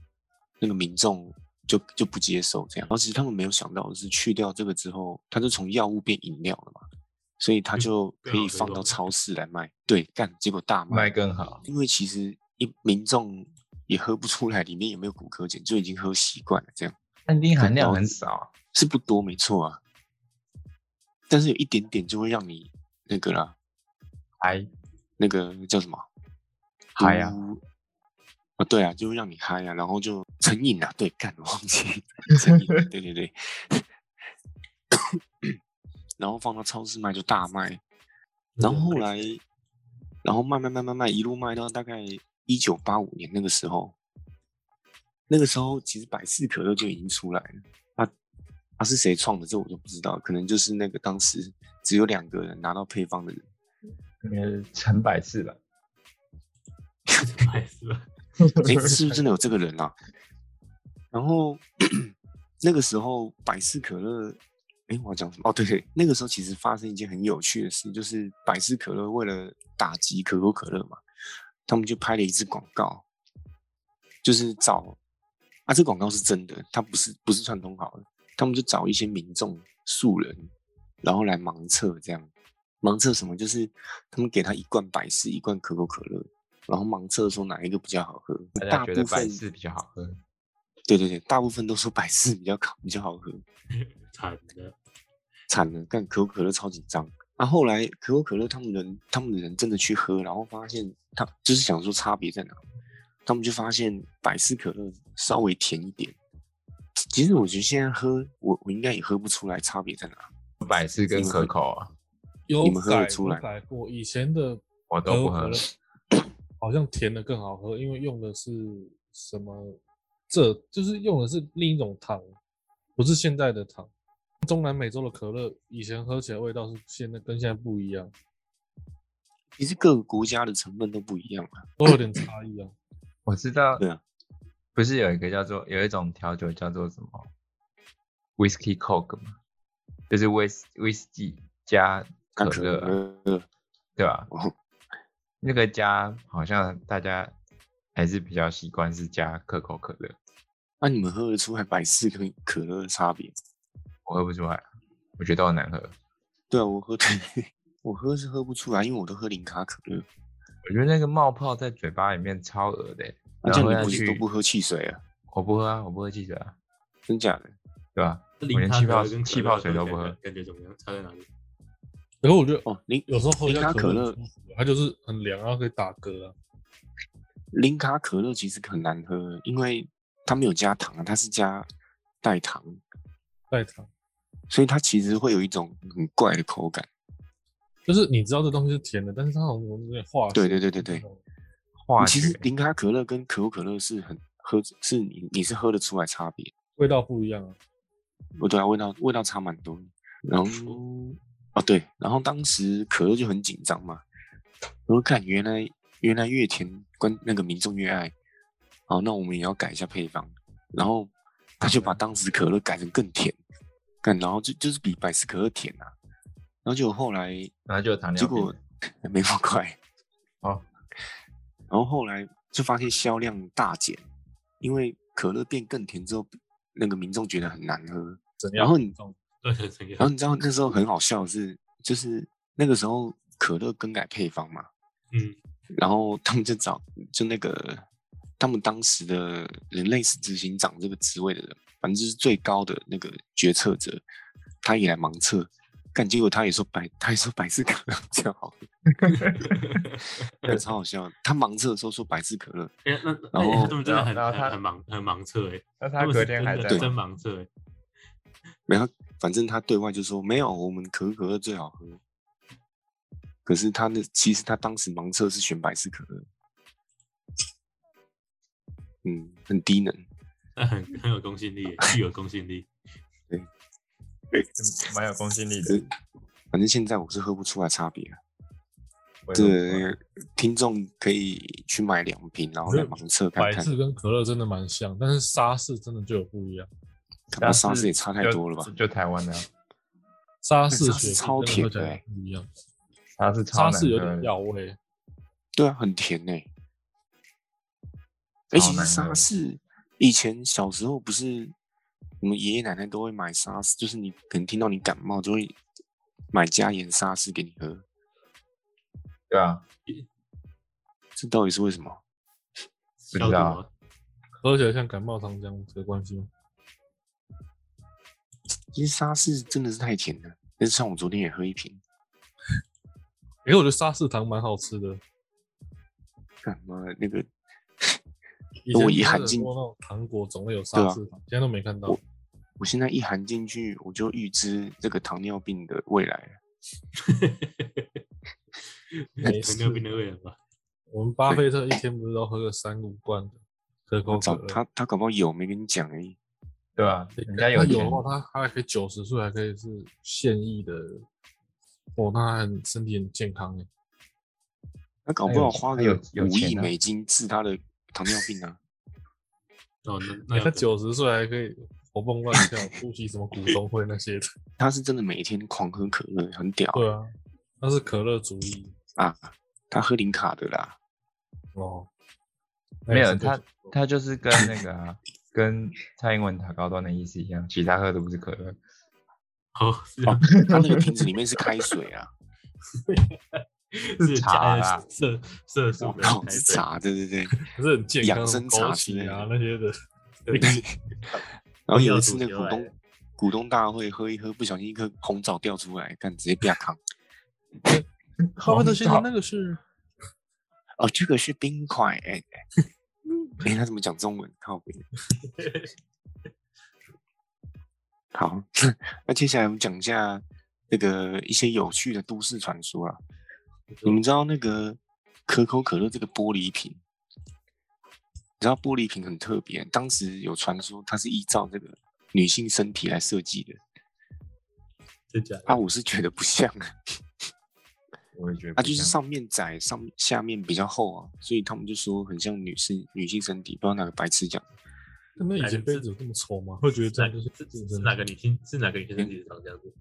Speaker 1: 那个民众就就不接受这样。而且他们没有想到的是，去掉这个之后，它就从药物变饮料了嘛，所以它就嗯啊可以放到超市来卖。对，干结果大卖
Speaker 4: 卖。更好。
Speaker 1: 因为其实一民众也喝不出来里面有没有骨科碱，就已经喝习惯了，这样
Speaker 4: 碳丁含量很少啊，
Speaker 1: 是不多没错啊。但是有一点点就会让你那个啦，
Speaker 4: 还
Speaker 1: 那个叫什么
Speaker 4: 嗨啊？
Speaker 1: 毒啊，对啊，就会让你嗨啊，然后就成瘾啊，对，干我忘 记成瘾了，对对对。 然后放到超市卖就大卖，
Speaker 3: 嗯
Speaker 1: 然后后来，然后卖卖卖卖卖，一路卖到大概一九八五年那个时候，那个时候其实百事可乐就已经出来了。那、啊、他是谁创的，这我就不知道，可能就是那个当时只有两个人拿到配方的人，
Speaker 4: 呃成百次吧。
Speaker 3: 还是吧？
Speaker 1: 哎、是不是真的有这个人啊？然后 那个时候百事可乐，哎、我要讲什么？哦，对对，那个时候其实发生一件很有趣的事，就是百事可乐为了打击可口可乐嘛，他们就拍了一支广告，就是找啊，这广告是真的，它不是不是串通好的，他们就找一些民众素人，然后来盲测这样。盲测什么？就是他们给他一罐百事，一罐可口可乐，然后盲测说哪一个比较好喝。
Speaker 4: 大
Speaker 1: 大
Speaker 4: 家觉
Speaker 1: 部
Speaker 4: 得百
Speaker 1: 分
Speaker 4: 事比较好喝，
Speaker 1: 对对对，大部分都说百事比较好比较好喝，
Speaker 3: 惨的，
Speaker 1: 惨了，但可口可乐超紧张。啊，后来可口可乐他们人他们的人真的去喝，然后发现他就是想说差别在哪，他们就发现百事可乐稍微甜一点。其实我觉得现在喝我我应该也喝不出来差别在哪。
Speaker 4: 百事跟可口啊，
Speaker 2: 有
Speaker 1: 你们喝得
Speaker 2: 改
Speaker 1: 出
Speaker 2: 有
Speaker 1: 来
Speaker 2: 改过以前的
Speaker 4: 我
Speaker 2: 可
Speaker 4: 都
Speaker 2: 口
Speaker 4: 不
Speaker 2: 哎可
Speaker 4: 喝
Speaker 2: 乐。 好像甜的更好喝，因为用的是什么？这就是用的是另一种糖，不是现在的糖。中南美洲的可乐以前喝起来味道是现在跟现在不一样，
Speaker 1: 其实各个国家的成分都不一样啊。
Speaker 2: 都有点差异啊。
Speaker 4: 我知道，
Speaker 1: 对啊，
Speaker 4: 不是有一个叫做有一种调酒叫做什么 whisky coke 吗？就是威士威士忌加可
Speaker 1: 啊
Speaker 4: 乐啊，
Speaker 1: 乐
Speaker 4: 对吧
Speaker 1: 哦？
Speaker 4: 那个加好像大家还是比较习惯是加可口可乐，
Speaker 1: 那、啊你们喝得出来百事跟可乐的差别吗？
Speaker 4: 我喝不出来，我觉得都很难喝。
Speaker 1: 对啊，我喝我喝是喝不出来，因为我都喝零卡可乐。啊
Speaker 4: 我觉得那个冒泡在嘴巴里面超恶的欸、
Speaker 1: 那
Speaker 4: 然
Speaker 1: 啊这
Speaker 4: 后
Speaker 1: 样
Speaker 4: 下
Speaker 1: 你不是
Speaker 4: 去
Speaker 1: 都不喝汽水啊？
Speaker 4: 我不喝啊，我不喝汽水啊，
Speaker 1: 真假的？
Speaker 4: 对吧？
Speaker 3: 这
Speaker 4: 我
Speaker 3: 零
Speaker 4: 连
Speaker 3: 卡
Speaker 4: 气
Speaker 3: 可
Speaker 4: 泡
Speaker 3: 乐跟可
Speaker 4: 气
Speaker 3: 乐
Speaker 4: 泡水
Speaker 3: 喝
Speaker 4: 都
Speaker 3: 起
Speaker 4: 不
Speaker 3: 来
Speaker 4: 喝
Speaker 3: 感感觉怎么样？差在哪里？
Speaker 2: 然后我觉得
Speaker 1: 哦，零
Speaker 2: 有时候喝一
Speaker 1: 零卡
Speaker 2: 下
Speaker 1: 可
Speaker 2: 乐
Speaker 1: 乐
Speaker 2: 很，舒服，它就是很凉，然后可以打嗝啊。
Speaker 1: 零卡可乐其实很难喝，因为它没有加糖啊，它是加代糖，
Speaker 2: 代糖
Speaker 1: 所以它其实会有一种很怪的口感。
Speaker 2: 就是你知道这东西是甜的，但是它好像有点化学。
Speaker 1: 对对对对对，
Speaker 4: 化
Speaker 1: 其
Speaker 4: 学
Speaker 1: 实零卡可乐跟可口可乐是很喝，是你你是喝得出来差别。
Speaker 2: 味道不一样啊。
Speaker 1: 哦，对啊，味道味道差蛮多的。然后哦对，然后当时可乐就很紧张嘛，我说看原来原来越甜关那个民众越爱，好，那我们也要改一下配方。然后他就把当时可乐改成更甜，干，然后就就是比百事可乐甜啊。然后结果后来
Speaker 4: 然后就有糖
Speaker 1: 结
Speaker 4: 尿病
Speaker 1: 果
Speaker 4: 了，
Speaker 1: 没那么快
Speaker 4: 哦。
Speaker 1: 然后后来就发现销量大减，因为可乐变更甜之后，那个民众觉得很难喝。
Speaker 2: 怎样？
Speaker 1: 然后你
Speaker 3: 对对对，
Speaker 1: 然后你知道那时候很好笑的是，就是那个时候可乐更改配方嘛，
Speaker 3: 嗯，
Speaker 1: 然后他们就找就那个他们当时的人类是执行长这个职位的人，反正就是最高的那个决策者，他也来盲测，但结果他也说百他也说百事可乐比较好喝， 那超好笑的。他盲测的时候说百事可乐，
Speaker 3: 哎，那那
Speaker 1: 然后
Speaker 3: 他们真的很
Speaker 4: 然后他
Speaker 3: 很很忙很盲测哎，
Speaker 4: 那他
Speaker 3: 他们
Speaker 4: 隔
Speaker 3: 是真
Speaker 4: 天还在
Speaker 3: 的
Speaker 4: 吗
Speaker 3: 真盲测哎，
Speaker 1: 然后反正他对外就说没有，我们可口可乐最好喝。可是他那其实他当时盲测是选百事可乐，嗯，很低能。
Speaker 3: 那很很有公信力欸，具有公信力。
Speaker 4: 嗯蛮有公信力
Speaker 1: 可
Speaker 4: 的
Speaker 1: 是。反正现在我是喝不出来差别啊。
Speaker 4: 我也
Speaker 1: 这
Speaker 4: 不知道
Speaker 1: 个听众可以去买两瓶，然后来盲测看
Speaker 2: 百
Speaker 1: 看。
Speaker 2: 事跟可乐真的蛮像，但是沙士真的就有不一样。
Speaker 1: 可
Speaker 4: 但
Speaker 1: 能
Speaker 4: 是
Speaker 1: 沙士也差太
Speaker 4: 就
Speaker 1: 多了吧？
Speaker 4: 就台湾的啊，
Speaker 2: 沙士
Speaker 1: 沙
Speaker 2: 雪
Speaker 1: 士
Speaker 2: 碧
Speaker 1: 超
Speaker 2: 真的喝
Speaker 1: 甜
Speaker 2: 起来
Speaker 1: 的欸
Speaker 2: 不一样，
Speaker 4: 它是
Speaker 2: 沙
Speaker 4: 超难
Speaker 2: 士有
Speaker 4: 喝
Speaker 2: 点
Speaker 4: 的，
Speaker 2: 药味。
Speaker 1: 对啊，很甜呢、而
Speaker 4: 超
Speaker 1: 且
Speaker 4: 难喝
Speaker 1: 沙士以前小时候不是我们爷爷奶奶都会买沙士，就是你可能听到你感冒就会买加盐沙士给你喝，
Speaker 4: 对啊吧？
Speaker 1: 这到底是为什么？
Speaker 4: 不知
Speaker 3: 消毒
Speaker 4: 道
Speaker 3: 啊
Speaker 2: 喝起来像感冒糖浆的关系吗？
Speaker 1: 其实沙士真的是太甜了，但是像我昨天也喝一瓶，
Speaker 2: 因为我觉得沙士糖蛮好吃的，
Speaker 1: 干嘛那个
Speaker 2: 以
Speaker 1: 我一
Speaker 2: 前不是
Speaker 1: 含
Speaker 2: 很
Speaker 1: 进
Speaker 2: 多那种糖果种类有
Speaker 1: 对
Speaker 2: 沙
Speaker 1: 啊
Speaker 2: 士糖，现在都没看到
Speaker 1: 我。我现在一含进去，我就预知这个糖尿病的未来了。
Speaker 2: 没
Speaker 3: 糖
Speaker 2: 事
Speaker 3: 尿病的味了吧？
Speaker 2: 我们巴菲特一天不是都喝个三五罐的可
Speaker 4: 哦
Speaker 2: 口可
Speaker 1: 找
Speaker 4: 呃
Speaker 2: 乐？
Speaker 1: 他，他搞不好有没跟你讲而已。
Speaker 4: 对吧？人家有
Speaker 2: 他
Speaker 4: 钱
Speaker 2: 的，话，他他还可以九十岁还可以是现役的，哦，那他很身体很健康哎。
Speaker 1: 他搞
Speaker 4: 他
Speaker 1: 不好
Speaker 4: 有钱
Speaker 1: 花
Speaker 4: 他
Speaker 1: 个
Speaker 4: 有有
Speaker 1: 五亿
Speaker 4: 钱啊
Speaker 1: 美金治他的糖尿病啊！
Speaker 3: 哦，那那
Speaker 2: 他
Speaker 3: 要
Speaker 2: 九十岁还可以活蹦乱跳， 出席什么股东会那些 的。
Speaker 1: 他是真的每天狂喝可乐，很屌
Speaker 2: 对啊，那是可乐主义
Speaker 1: 啊！他喝零卡的啦，
Speaker 2: 哦。
Speaker 4: 没有
Speaker 2: 那也是对
Speaker 4: 他他就是跟那个啊跟蔡英文塔高端的意思一样，其他喝的不是可乐，
Speaker 3: 哦是啊
Speaker 1: 他 那个瓶子里面是开水啊，
Speaker 3: 是
Speaker 4: 茶
Speaker 3: 加了
Speaker 4: 啦
Speaker 3: 色色素
Speaker 1: 我
Speaker 3: 的
Speaker 1: 靠，
Speaker 3: 台
Speaker 1: 是
Speaker 3: 北
Speaker 1: 茶，对对对。
Speaker 2: 可是很健康，
Speaker 1: 养生
Speaker 2: 什么
Speaker 1: 茶
Speaker 2: 枸
Speaker 1: 之类
Speaker 2: 杞啊
Speaker 1: 的
Speaker 2: 那些的。
Speaker 1: 然后
Speaker 3: 不
Speaker 1: 有
Speaker 3: 要
Speaker 1: 一次
Speaker 3: 煮
Speaker 1: 那个
Speaker 3: 牛
Speaker 1: 股
Speaker 3: 奶
Speaker 1: 东股东大会喝一喝，不小心一颗红枣掉出来，干直接被他扛。
Speaker 2: 巴菲特先生
Speaker 4: 红枣
Speaker 2: 那个是
Speaker 1: 哦，这个是冰块，哎、哎哎他怎么讲中文？靠 北。好， 那接下来我们讲一下那个一些有趣的都市传说啦。你们知道那个可口可乐这个玻璃瓶？你知道玻璃瓶很特别，当时有传说它是依照这个女性身体来设计的。
Speaker 3: 真假的？
Speaker 1: 啊，我是觉得不像啊，
Speaker 4: 我也觉得
Speaker 1: 它
Speaker 4: 不
Speaker 1: 啊就是
Speaker 4: 像
Speaker 1: 上面窄，上下面比较厚啊，所以他们就说很像女性女性身体，不知道哪个白痴讲。
Speaker 2: 那
Speaker 1: 哎
Speaker 2: 以前杯子有这么丑吗？会觉得这
Speaker 3: 哪
Speaker 2: 样就
Speaker 3: 个
Speaker 2: 是
Speaker 3: 是是哪个女性是哪个女性身体是长这样子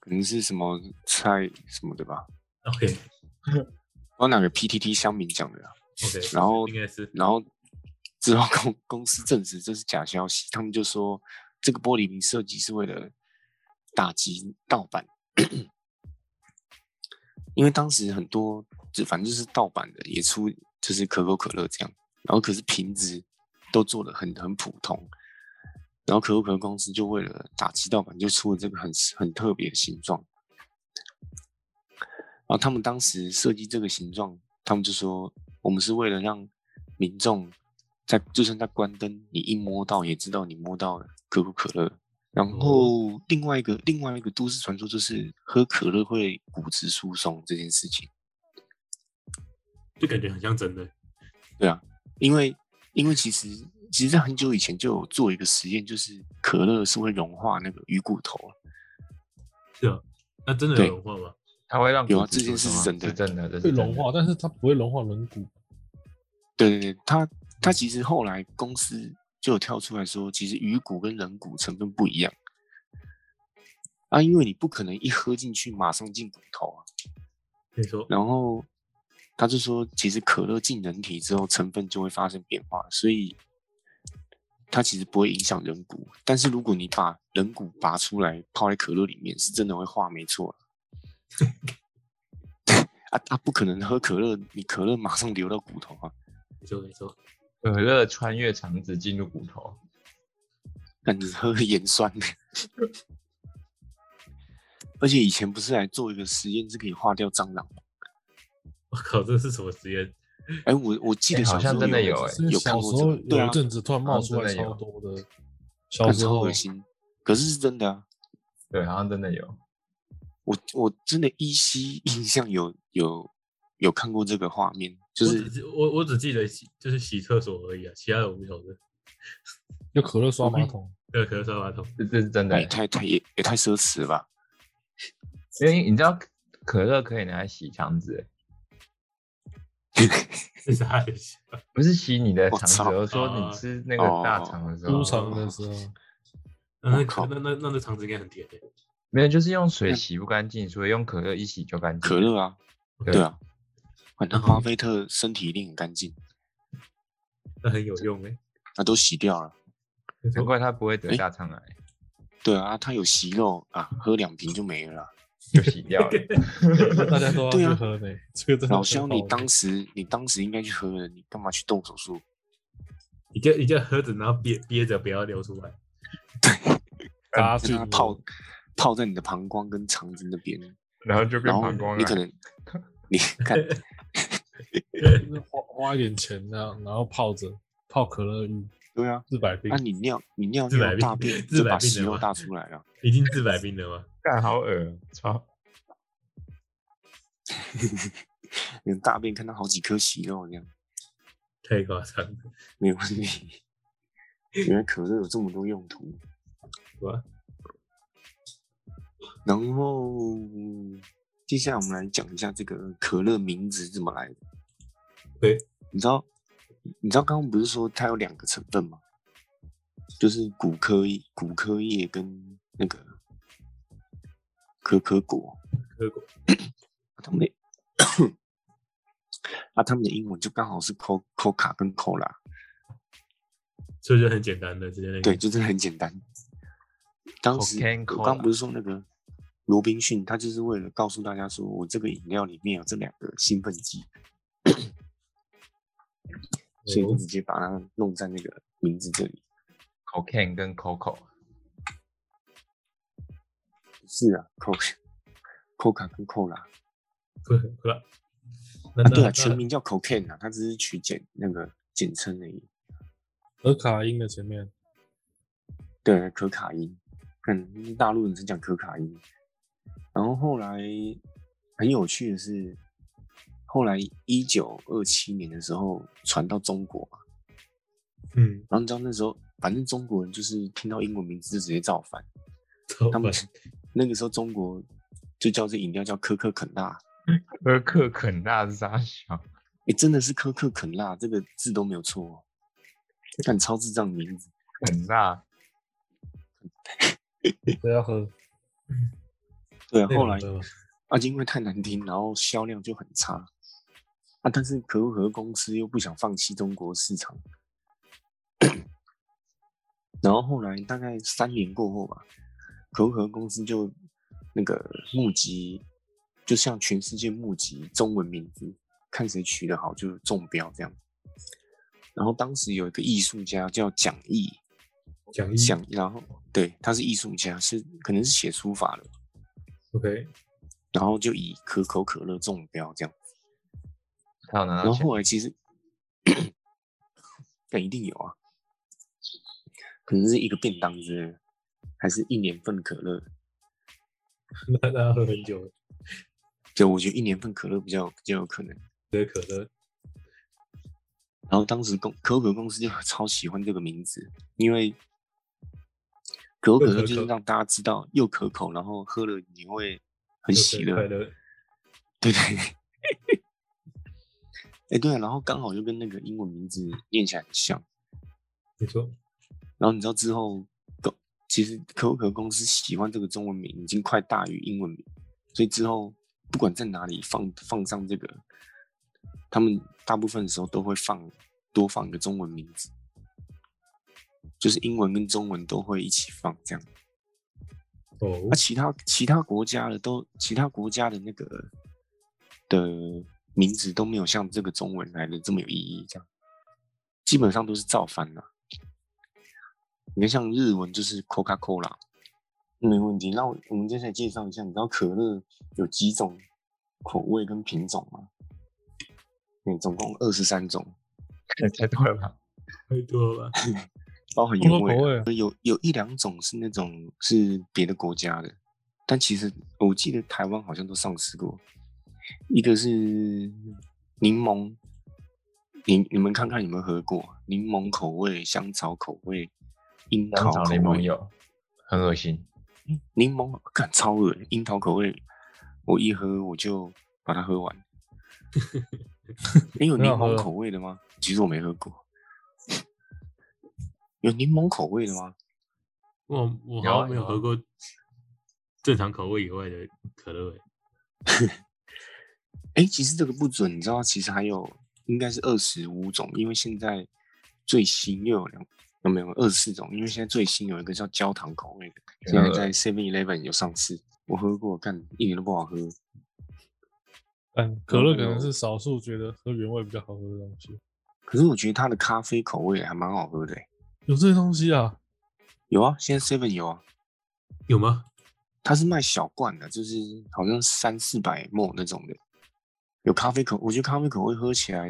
Speaker 1: 可能是什么菜什么的吧，
Speaker 3: ？OK
Speaker 1: 然后哪个 PTT 乡民讲的、啊，
Speaker 3: OK，
Speaker 1: 然后
Speaker 3: 应该是
Speaker 1: 然后之后公公司证实这是假消息，他们就说这个玻璃瓶设计是为了打击盗版，因为当时很多就反正就是盗版的也出就是可口可乐这样，然后可是瓶子都做的很很普通，然后可口可乐公司就为了打击盗版，就出了这个很很特别的形状。然后他们当时设计这个形状，他们就说我们是为了让民众在就算在关灯，你一摸到也知道你摸到了可口可乐。然后另外一个另外一个都市传说就是喝可乐会骨质疏松这件事情，
Speaker 3: 就感觉很像真的。
Speaker 1: 对啊，因为因为其实其实在很久以前就有做一个实验，就是可乐是会融化那个鱼骨头，
Speaker 3: 是啊，那真的
Speaker 1: 对
Speaker 3: 有文化吗？
Speaker 4: 它会让
Speaker 1: 有啊
Speaker 4: 骨质
Speaker 1: 这件
Speaker 4: 疏
Speaker 1: 事是
Speaker 4: 松
Speaker 1: 真
Speaker 4: 啊
Speaker 1: 的
Speaker 4: 是真的，这是
Speaker 2: 会
Speaker 4: 真
Speaker 2: 融
Speaker 4: 的
Speaker 2: 化，但是它不会融化人骨。
Speaker 1: 对对对，他他其实后来公司就有跳出来说，其实鱼骨跟人骨成分不一样啊，因为你不可能一喝进去马上进骨头啊。
Speaker 3: 你说
Speaker 1: 然后他就说，其实可乐进人体之后，成分就会发生变化，所以它其实不会影响人骨。但是如果你把人骨拔出来泡在可乐里面，是真的会化，没错啊。 啊啊！不可能喝可乐，你可乐马上流到骨头啊！
Speaker 3: 你说你说，
Speaker 4: 可乐穿越肠子进入骨头，
Speaker 1: 那你喝盐酸的。而且以前不是来做一个实验，是可以化掉蟑螂吗？
Speaker 3: 我靠，这是什么实验？
Speaker 1: 哎、我我记
Speaker 4: 哎
Speaker 1: 得
Speaker 4: 好
Speaker 1: 小时
Speaker 4: 像
Speaker 1: 候
Speaker 4: 真的有哎
Speaker 1: 哎、
Speaker 2: 是
Speaker 1: 有看
Speaker 2: 小
Speaker 1: 过
Speaker 2: 时
Speaker 1: 这
Speaker 2: 候
Speaker 1: 个，对
Speaker 2: 有
Speaker 1: 啊
Speaker 2: 一，阵子突然冒出来
Speaker 4: 真的有
Speaker 2: 超多的，
Speaker 1: 看
Speaker 2: 小时
Speaker 1: 超
Speaker 2: 候
Speaker 1: 恶心。可是是真的啊，
Speaker 4: 对，好像真的有。
Speaker 1: 我我真的依稀 印象有有有看过这个画面，就
Speaker 3: 我只
Speaker 1: 是
Speaker 3: 记我我只记得洗就是洗厕所而已啊，其他的我不晓得。
Speaker 2: 用可乐刷马桶，
Speaker 3: 对，可能刷马桶，
Speaker 4: 这这是真的
Speaker 1: 哎
Speaker 4: 欸，
Speaker 1: 太太也也太奢侈了吧？
Speaker 4: 因为你知道可乐可以拿来洗肠子、欸，
Speaker 3: 这是他的笑
Speaker 4: 不是洗你的
Speaker 1: 我
Speaker 4: 肠子，
Speaker 1: 操哦
Speaker 4: 而是说你
Speaker 3: 哦
Speaker 4: 吃那个大肠的时
Speaker 1: 啊
Speaker 4: 候
Speaker 2: 撸，肠 的时候，
Speaker 3: 那
Speaker 1: 我
Speaker 3: 那
Speaker 1: 靠
Speaker 3: 那那那那肠子应该很甜的。
Speaker 4: 没有就是用水洗不干净，所以用可乐一洗就干净。
Speaker 1: 嗯可乐啊，
Speaker 4: 对嗯
Speaker 1: 对啊，反正
Speaker 3: 然后
Speaker 1: 巴菲特身体一定很干净，
Speaker 3: 那很有用哎、
Speaker 1: 他都洗掉了。
Speaker 3: 没错
Speaker 4: 难怪他不会得
Speaker 1: 欸诶
Speaker 4: 大肠癌，
Speaker 1: 对啊，他有息肉啊，喝两瓶就没了啦。啊
Speaker 4: 就洗掉 了。
Speaker 2: 大家都要
Speaker 1: 对
Speaker 2: 去
Speaker 1: 啊
Speaker 2: 喝呢。这个真的
Speaker 1: 老
Speaker 2: 很
Speaker 1: 肖，
Speaker 2: 好
Speaker 1: 你
Speaker 2: 玩
Speaker 1: 当时你当时应该去喝的，你干嘛去动手术？
Speaker 3: 你就你就喝着，然后憋憋着不要流出来。
Speaker 2: 搭
Speaker 1: 让
Speaker 2: 去
Speaker 1: 它泡泡在你的膀胱跟肠子那边，
Speaker 4: 然后就变
Speaker 1: 然后
Speaker 4: 膀胱啊
Speaker 1: 你可
Speaker 4: 癌，
Speaker 1: 能你看
Speaker 2: 就是花花一点钱这样，然后泡着泡可乐浴
Speaker 1: 对啊，
Speaker 2: 四百冰
Speaker 1: 那、，你尿你尿
Speaker 3: 自
Speaker 1: 尿
Speaker 3: 然
Speaker 1: 大
Speaker 3: 病
Speaker 1: 便
Speaker 3: 自
Speaker 1: 就
Speaker 3: 然
Speaker 1: 把
Speaker 3: 病
Speaker 1: 息
Speaker 3: 的
Speaker 1: 肉
Speaker 3: 吗
Speaker 1: 大出来了。
Speaker 3: 已经治百病了吗？
Speaker 4: 干好恶哦，操！
Speaker 1: 你的大便看到好几颗息肉这样，
Speaker 3: 太夸张了，
Speaker 1: 没有问题。原来可乐有这么多用途。
Speaker 3: 是吧？
Speaker 1: 然后接下来我们来讲一下这个可乐名字是怎么来的。
Speaker 3: 对，
Speaker 1: 你知道，你知道刚刚不是说它有两个成分吗？就是骨科骨科叶跟那个可可果，
Speaker 3: 喝过
Speaker 1: 他们的 啊，他们的英文就刚好是 co coca 跟 cola，
Speaker 3: 所以就很简单的，直接那个。
Speaker 1: 对，就真的很简单。当时
Speaker 4: Cocaine
Speaker 1: 我刚
Speaker 4: Cola
Speaker 1: 不是说那个罗宾逊，他就是为了告诉大家说我这个饮料里面有这两个兴奋剂，所以就
Speaker 3: 哦
Speaker 1: 直接把它弄在那个名字这里。
Speaker 4: cocaine 跟 coco，
Speaker 1: 是啊，Coca Coca 跟 Cola
Speaker 3: 喝喝了。那
Speaker 1: 啊，
Speaker 3: 那
Speaker 1: 对啊，
Speaker 3: 那
Speaker 1: 全名叫 Cocaine 啊，它只是取简那个简称而已。
Speaker 2: 和卡因的前面
Speaker 1: 对，可卡因，嗯，大陆人只讲可卡因。然后后来很有趣的是，后来一九二七年的时候传到中国嘛，
Speaker 3: 嗯，
Speaker 1: 然后你知道那时候，反正中国人就是听到英文名字就直接造反，
Speaker 3: 超
Speaker 1: 他
Speaker 3: 烦
Speaker 1: 们那个时候中国就叫这饮料叫可可肯辣，
Speaker 4: 而克肯大沙小，
Speaker 1: 诶，真的是可可肯辣这个字都没有错、哦，看超智障的名字。
Speaker 4: 肯大
Speaker 2: 都要喝。
Speaker 1: 对啊，
Speaker 2: 那
Speaker 1: 后
Speaker 2: 种
Speaker 1: 来
Speaker 2: 的
Speaker 1: 啊，因为太难听，然后销量就很差啊。但是可口可乐公司又不想放弃中国市场，然后后来大概三年过后吧，可口可乐公司就那个募集，就向全世界募集中文名字，看谁取得好就中标这样。然后当时有一个艺术家叫蒋毅，
Speaker 3: 讲义
Speaker 1: 蒋，然后对，他是艺术家，是可能是写书法的吧
Speaker 3: OK，
Speaker 1: 然后就以可口可乐中标这样。
Speaker 4: 他有拿
Speaker 1: 然
Speaker 4: 到
Speaker 1: 后
Speaker 4: 钱，
Speaker 1: 后来其实， 但一定有啊，可能是一个便当之类的，还是一年份可乐。
Speaker 3: 那那要喝很久，
Speaker 1: 就我觉得一年份可乐比较比较有可能。
Speaker 3: 喝可乐，
Speaker 1: 然后当时公可口可乐公司就超喜欢这个名字，因为可口可乐就是让大家知道又可口，然后喝了你会很喜
Speaker 3: 乐，快
Speaker 1: 乐。
Speaker 3: 乐，
Speaker 1: 对 对。对 哎，对啊、然后刚好就跟那个英文名字念起来很像。
Speaker 3: 你说
Speaker 1: 然后你知道之后，公其实可口可乐公司喜欢这个中文名已经快大于英文名，所以之后不管在哪里放放上这个，他们大部分的时候都会放多放一个中文名字，就是英文跟中文都会一起放这样。
Speaker 3: 哦
Speaker 1: 那、，啊其他其他国家的都其他国家的那个的名字都没有像这个中文来的这么有意义，这样基本上都是造反了、你看，像日文就是 Coca Cola，没问题。那我我们接下来介绍一下，你知道可乐有几种口味跟品种吗？嗯，总共二十三种，
Speaker 4: 猜对了 吧？
Speaker 3: 太多了 吧？
Speaker 1: 包含
Speaker 2: 不
Speaker 1: 原
Speaker 2: 同
Speaker 1: 味
Speaker 2: 口
Speaker 1: 啊、
Speaker 2: 味啊
Speaker 1: 有有一两种是那种是别的国家的，但其实我记得台湾好像都上市过。一个是柠檬，你你们看看有没有喝过柠檬口味、香草口味、樱
Speaker 4: 香
Speaker 1: 桃
Speaker 4: 草
Speaker 1: 口
Speaker 4: 柠檬
Speaker 1: 味，
Speaker 4: 有，很恶心，
Speaker 1: 柠檬感超恶心，樱桃口味，我一喝我就把它 喝完。你有柠
Speaker 2: 很好
Speaker 1: 檬
Speaker 2: 喝
Speaker 1: 口味的吗？其实我没喝过。有柠檬口味的吗？
Speaker 3: 我我
Speaker 4: 有
Speaker 3: 好
Speaker 4: 啊
Speaker 3: 像没有
Speaker 4: 有啊
Speaker 3: 喝过正常口味以外的可乐欸，
Speaker 1: 哎、其实这个不准，你知道，其实还有应该是二十五种，因为现在最新又有两有没有二十四种？因为现在最新有一个叫焦糖口味的，现在在 Seven Eleven 有上市，我喝过，干一点都不好喝。
Speaker 2: 但哎可乐
Speaker 1: 嗯
Speaker 2: 可能
Speaker 1: 有
Speaker 2: 是少数觉得喝原味比较好喝的东西。
Speaker 1: 可是我觉得它的咖啡口味还蛮好喝的、欸。
Speaker 2: 有这些东西啊？
Speaker 1: 有啊，现在 Seven 有啊，
Speaker 3: 有吗？
Speaker 1: 它是卖小罐的，就是好像三四百沫那种的，有咖啡口，我觉得咖啡口味喝起来，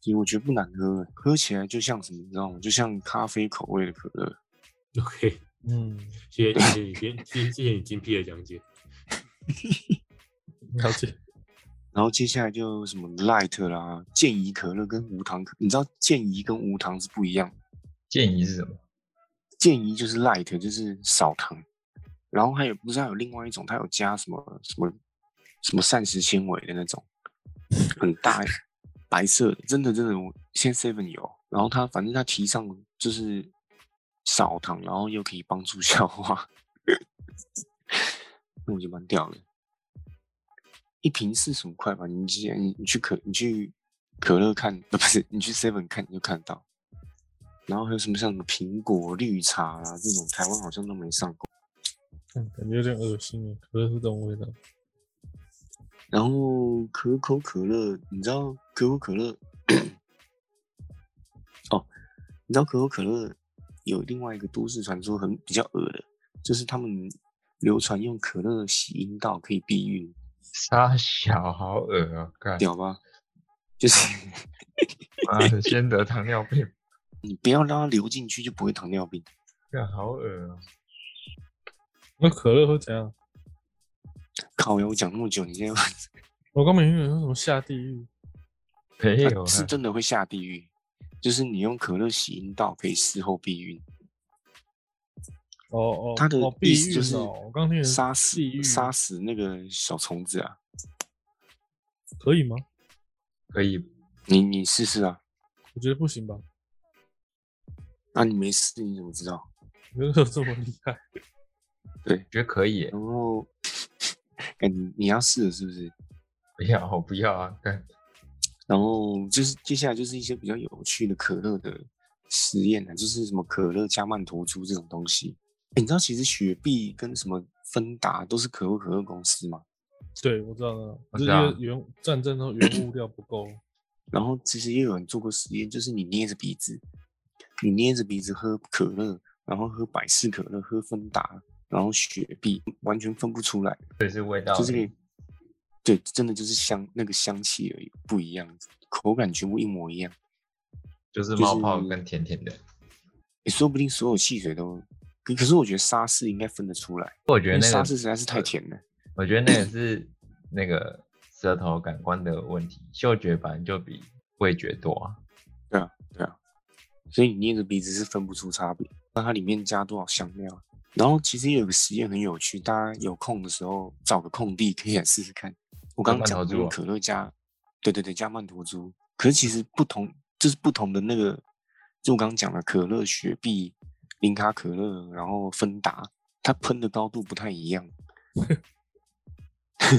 Speaker 1: 其实我觉得不难喝、欸，喝起来就像什么，你知道吗？就像咖啡口味的可乐。
Speaker 3: OK，
Speaker 2: 嗯，
Speaker 3: 谢谢谢谢你，谢谢谢谢你精辟的讲解。
Speaker 2: 了解。
Speaker 1: 然后接下来就有什么 Light 啦、健怡可乐跟无糖可，你知道健怡跟无糖是不一样的。
Speaker 4: 建议是什么？
Speaker 1: 健怡就是 Light，就是少糖。然后还有不是还有另外一种，它有加什么什么什么膳食纤维的那种，很大白色的，真的真的，我现在 Seven 有。然后它反正它提倡就是少糖，然后又可以帮助消化，那我觉得蛮屌的。一瓶四十五块吧，你既然你你去可你去可乐看，呃不是你去 Seven 看你就看到。然后还有什么像什么苹果绿茶啦、这种，台湾好像都没上过。
Speaker 2: 嗯感觉有点恶心耶，可乐是这种味道。
Speaker 1: 然后可口可乐，你知道可口可乐？哦，你知道可口可乐有另外一个都市传说很比较恶的，就是他们流传用可乐洗阴道可以避孕，
Speaker 4: 沙小好恶啊！干
Speaker 1: 屌吧？就是
Speaker 4: 妈的，先得糖尿病，
Speaker 1: 你不要让它流进去，就不会糖尿病。
Speaker 4: 干好恶啊！
Speaker 2: 那可乐会怎样？
Speaker 1: 靠呀！我讲那么久，你现在问
Speaker 2: 我刚没听有什么下地狱，
Speaker 4: 没
Speaker 1: 它
Speaker 4: 有啊，
Speaker 1: 是真的会下地狱，就是你用可乐洗阴道可以事后避孕。
Speaker 2: 哦哦，
Speaker 1: 他的
Speaker 2: 哦
Speaker 1: 意
Speaker 2: 地
Speaker 1: 思
Speaker 2: 狱
Speaker 1: 就是
Speaker 2: 哦，我刚听人
Speaker 1: 杀死
Speaker 2: 地狱
Speaker 1: 杀死那个小虫子啊！
Speaker 2: 可以吗？
Speaker 4: 可以
Speaker 1: 你你试试啊！
Speaker 2: 我觉得不行吧，
Speaker 1: 那、啊你没试你怎么知道？
Speaker 2: 我觉得有这么厉害，
Speaker 4: 觉得可以耶，
Speaker 1: 然后，哎你你要试了是不是？
Speaker 4: 不要我不要啊！干
Speaker 1: 然后就是接下来就是一些比较有趣的可乐的实验啊，就是什么可乐加曼陀珠这种东西。哎你知道其实雪碧跟什么芬达都是可口可乐公司嘛？
Speaker 2: 对我知道了，
Speaker 4: 我
Speaker 2: 就
Speaker 4: 知
Speaker 2: 是
Speaker 4: 道
Speaker 2: 因为原战争中原物料不 够，
Speaker 1: 然后其实也有人做过实验，就是你捏着鼻子，你捏着鼻子喝可乐，然后喝百事可乐，喝芬达，然后雪碧，完全分不出来。
Speaker 4: 这是味道，
Speaker 1: 就是可以，对，真的就是香那个香气而已，不一样，口感全部一模一样。
Speaker 4: 就是冒泡
Speaker 1: 就是
Speaker 4: 跟甜甜的。
Speaker 1: 也说不定所有汽水都，可可是我觉得沙士应该分得出来，
Speaker 4: 我
Speaker 1: 因
Speaker 4: 觉得
Speaker 1: 为
Speaker 4: 那
Speaker 1: 沙
Speaker 4: 个
Speaker 1: 士实在是太甜了。
Speaker 4: 我觉得那个是 那个舌头感官的问题，嗅觉本来就比味觉多 啊。
Speaker 1: 所以你捏着鼻子是分不出差别。那它里面加多少香料？然后其实也有个实验很有趣，大家有空的时候找个空地可以来试试看。我刚刚
Speaker 4: 加
Speaker 1: 讲
Speaker 4: 曼
Speaker 1: 的
Speaker 4: 陀珠
Speaker 1: 用
Speaker 4: 啊
Speaker 1: 可乐加，对对对，加曼陀珠。可是其实不同，就是不同的那个，就我刚刚讲的可乐、雪碧、零卡可乐，然后芬达，它喷的高度不太一样。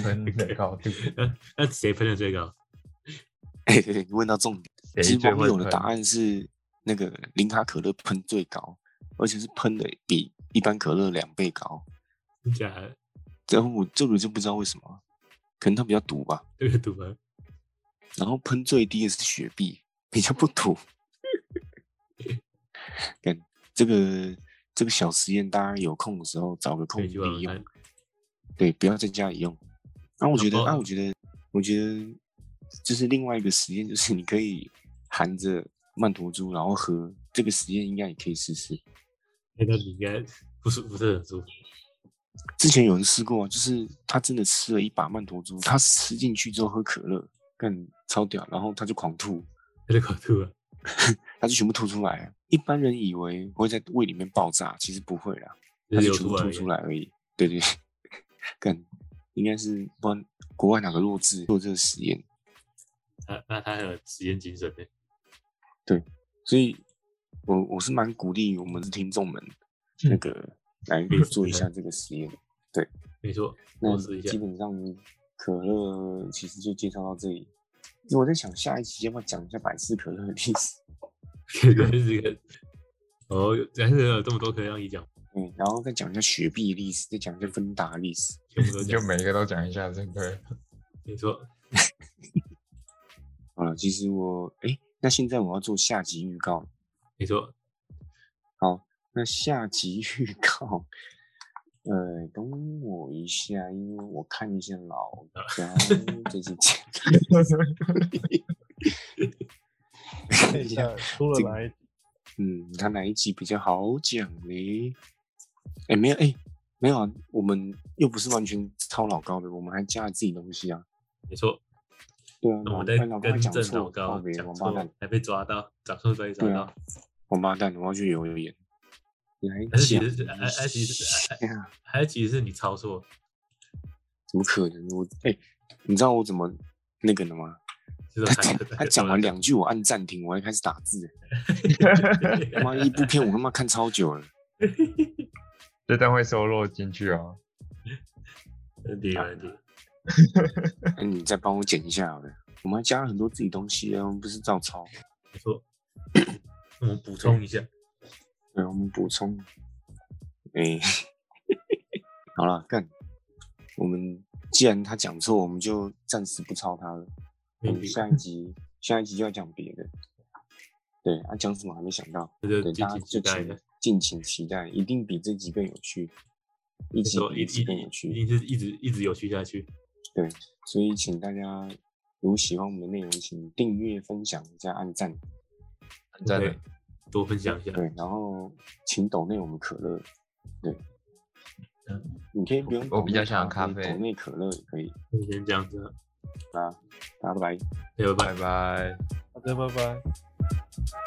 Speaker 4: 分的高 度，
Speaker 3: 那那谁喷的最高？
Speaker 1: 哎、对对，你问到重点。其
Speaker 4: 谁
Speaker 1: 实
Speaker 4: 最
Speaker 1: 网
Speaker 4: 会
Speaker 1: 友的
Speaker 4: 喷
Speaker 1: 答案是那个零卡可乐喷最高，而且是喷的比一般可乐两倍高。
Speaker 3: 真假的？
Speaker 1: 然后我这个就不知道为什么，可能它比较毒吧。
Speaker 3: 这个赌吗？
Speaker 1: 然后喷最低的是雪碧，比较不毒。看这个这个小实验，大家有空的时候找个空
Speaker 3: 可以
Speaker 1: 利
Speaker 3: 去玩玩
Speaker 1: 用
Speaker 3: 看，。
Speaker 1: 对，不要在家里用。那、我觉得，
Speaker 3: 然后
Speaker 1: 啊，我觉得，我觉得就是另外一个实验，就是你可以含着曼陀珠，然后喝。这个实验应该也可以试试。
Speaker 3: 那你应该不是不是很舒服。
Speaker 1: 之前有人试过啊，就是他真的吃了一把曼陀珠，他吃进去之后喝可乐，更超屌，然后他就狂吐，
Speaker 3: 他就搞吐啊了。
Speaker 1: 它就全部吐出来了。一般人以为会在胃里面爆炸，其实不会啦。它就
Speaker 3: 流
Speaker 1: 全部
Speaker 3: 出
Speaker 1: 吐
Speaker 3: 来而已
Speaker 1: 出来而已。对 对，干，应该是不然国外哪个弱智做这个实验，
Speaker 3: 他那他很有实验精神的，
Speaker 1: 所以我我是蛮鼓励我们的听众们
Speaker 2: 嗯
Speaker 1: 那个来
Speaker 3: 嗯
Speaker 1: 做一下这个实验。
Speaker 3: 没错，
Speaker 1: 那
Speaker 3: 我试一下
Speaker 1: 基。本上可乐其实就介绍到这里。因为我在想下一期要不要讲一下百事可乐的历史？
Speaker 3: 这个这个，哦，但是有这么多可以让你讲，
Speaker 1: 嗯，然后再讲一下雪碧的历史，再讲一下芬达的历史。
Speaker 3: 全部都
Speaker 4: 就
Speaker 3: 讲。
Speaker 4: 每一个都讲一下，对不 对？
Speaker 3: 没错，
Speaker 1: 好了，其实我哎、那现在我要做下集预告了。
Speaker 3: 没错，
Speaker 1: 好，那下集预告，呃，等我一下，因为我看一下老张 最近讲，看一下，
Speaker 2: 出了
Speaker 1: 这个
Speaker 2: 来
Speaker 1: 嗯，他哪一集比较好讲呢？哎、没有，哎、没有啊，我们又不是完全抄老高的，我们还加了自己东西啊。
Speaker 3: 没错。
Speaker 1: 对啊，
Speaker 3: 那我
Speaker 1: 老
Speaker 3: 们在
Speaker 1: 哎老高还
Speaker 3: 更
Speaker 1: 讲
Speaker 3: 正
Speaker 1: 错，
Speaker 3: 老高
Speaker 1: 靠北
Speaker 3: 讲
Speaker 1: 王八蛋
Speaker 3: 错，，还被抓到，掌控被抓
Speaker 1: 对
Speaker 3: 到
Speaker 1: 啊。王八蛋，我要去留留言。你还
Speaker 3: 还是其
Speaker 1: 讲
Speaker 3: 实是还还其实是哎还
Speaker 1: 啊哎呀？
Speaker 3: 还其实是你抄错，
Speaker 1: 怎么可能？我哎、你知道我怎么那个的吗？
Speaker 3: 就是
Speaker 1: 他
Speaker 3: 还
Speaker 1: 讲他讲完两句，我按暂停，我还开始打字。他妈一部片我他妈看超久了，
Speaker 4: 这段会收录进去哦。
Speaker 3: 问题
Speaker 1: 啊
Speaker 3: 问题，
Speaker 1: 那哎你再帮我剪一下好了。我们还加了很多自己东西啊，我们不是照抄。
Speaker 3: 没错。我们补充一下，
Speaker 1: 对，我们补充。哎、 好了，干。我们既然他讲错，我们就暂时不抄他了。我
Speaker 3: 没
Speaker 1: 们
Speaker 3: 题
Speaker 1: 下一集，下一集就要讲别的。对，啊，讲什么还没想到。
Speaker 3: 那就
Speaker 1: 对，
Speaker 3: 敬
Speaker 1: 大家
Speaker 3: 请
Speaker 1: 就
Speaker 3: 期待
Speaker 1: 请
Speaker 3: 了。
Speaker 1: 敬请期待，一定比这集更有趣，一
Speaker 3: 没
Speaker 1: 集
Speaker 3: 错，
Speaker 1: 比
Speaker 3: 一
Speaker 1: 一集
Speaker 3: 一
Speaker 1: 更有
Speaker 3: 一
Speaker 1: 趣。
Speaker 3: 定是一直一直有趣下去。
Speaker 1: 所以请大家如果喜欢我们的内容，请订阅、分享加按赞，
Speaker 4: 真
Speaker 3: 对
Speaker 4: 的，，
Speaker 3: 多分享一下。
Speaker 1: 对，然后请抖内我们可乐，对，你可以不用
Speaker 4: 嗯我
Speaker 1: 抖内啡。
Speaker 4: 比较想要咖啡
Speaker 1: 抖内可乐也可以。
Speaker 3: 那先这样子了，
Speaker 1: 大家拜拜。
Speaker 3: 拜拜
Speaker 4: 拜。拜。
Speaker 2: 大家拜拜。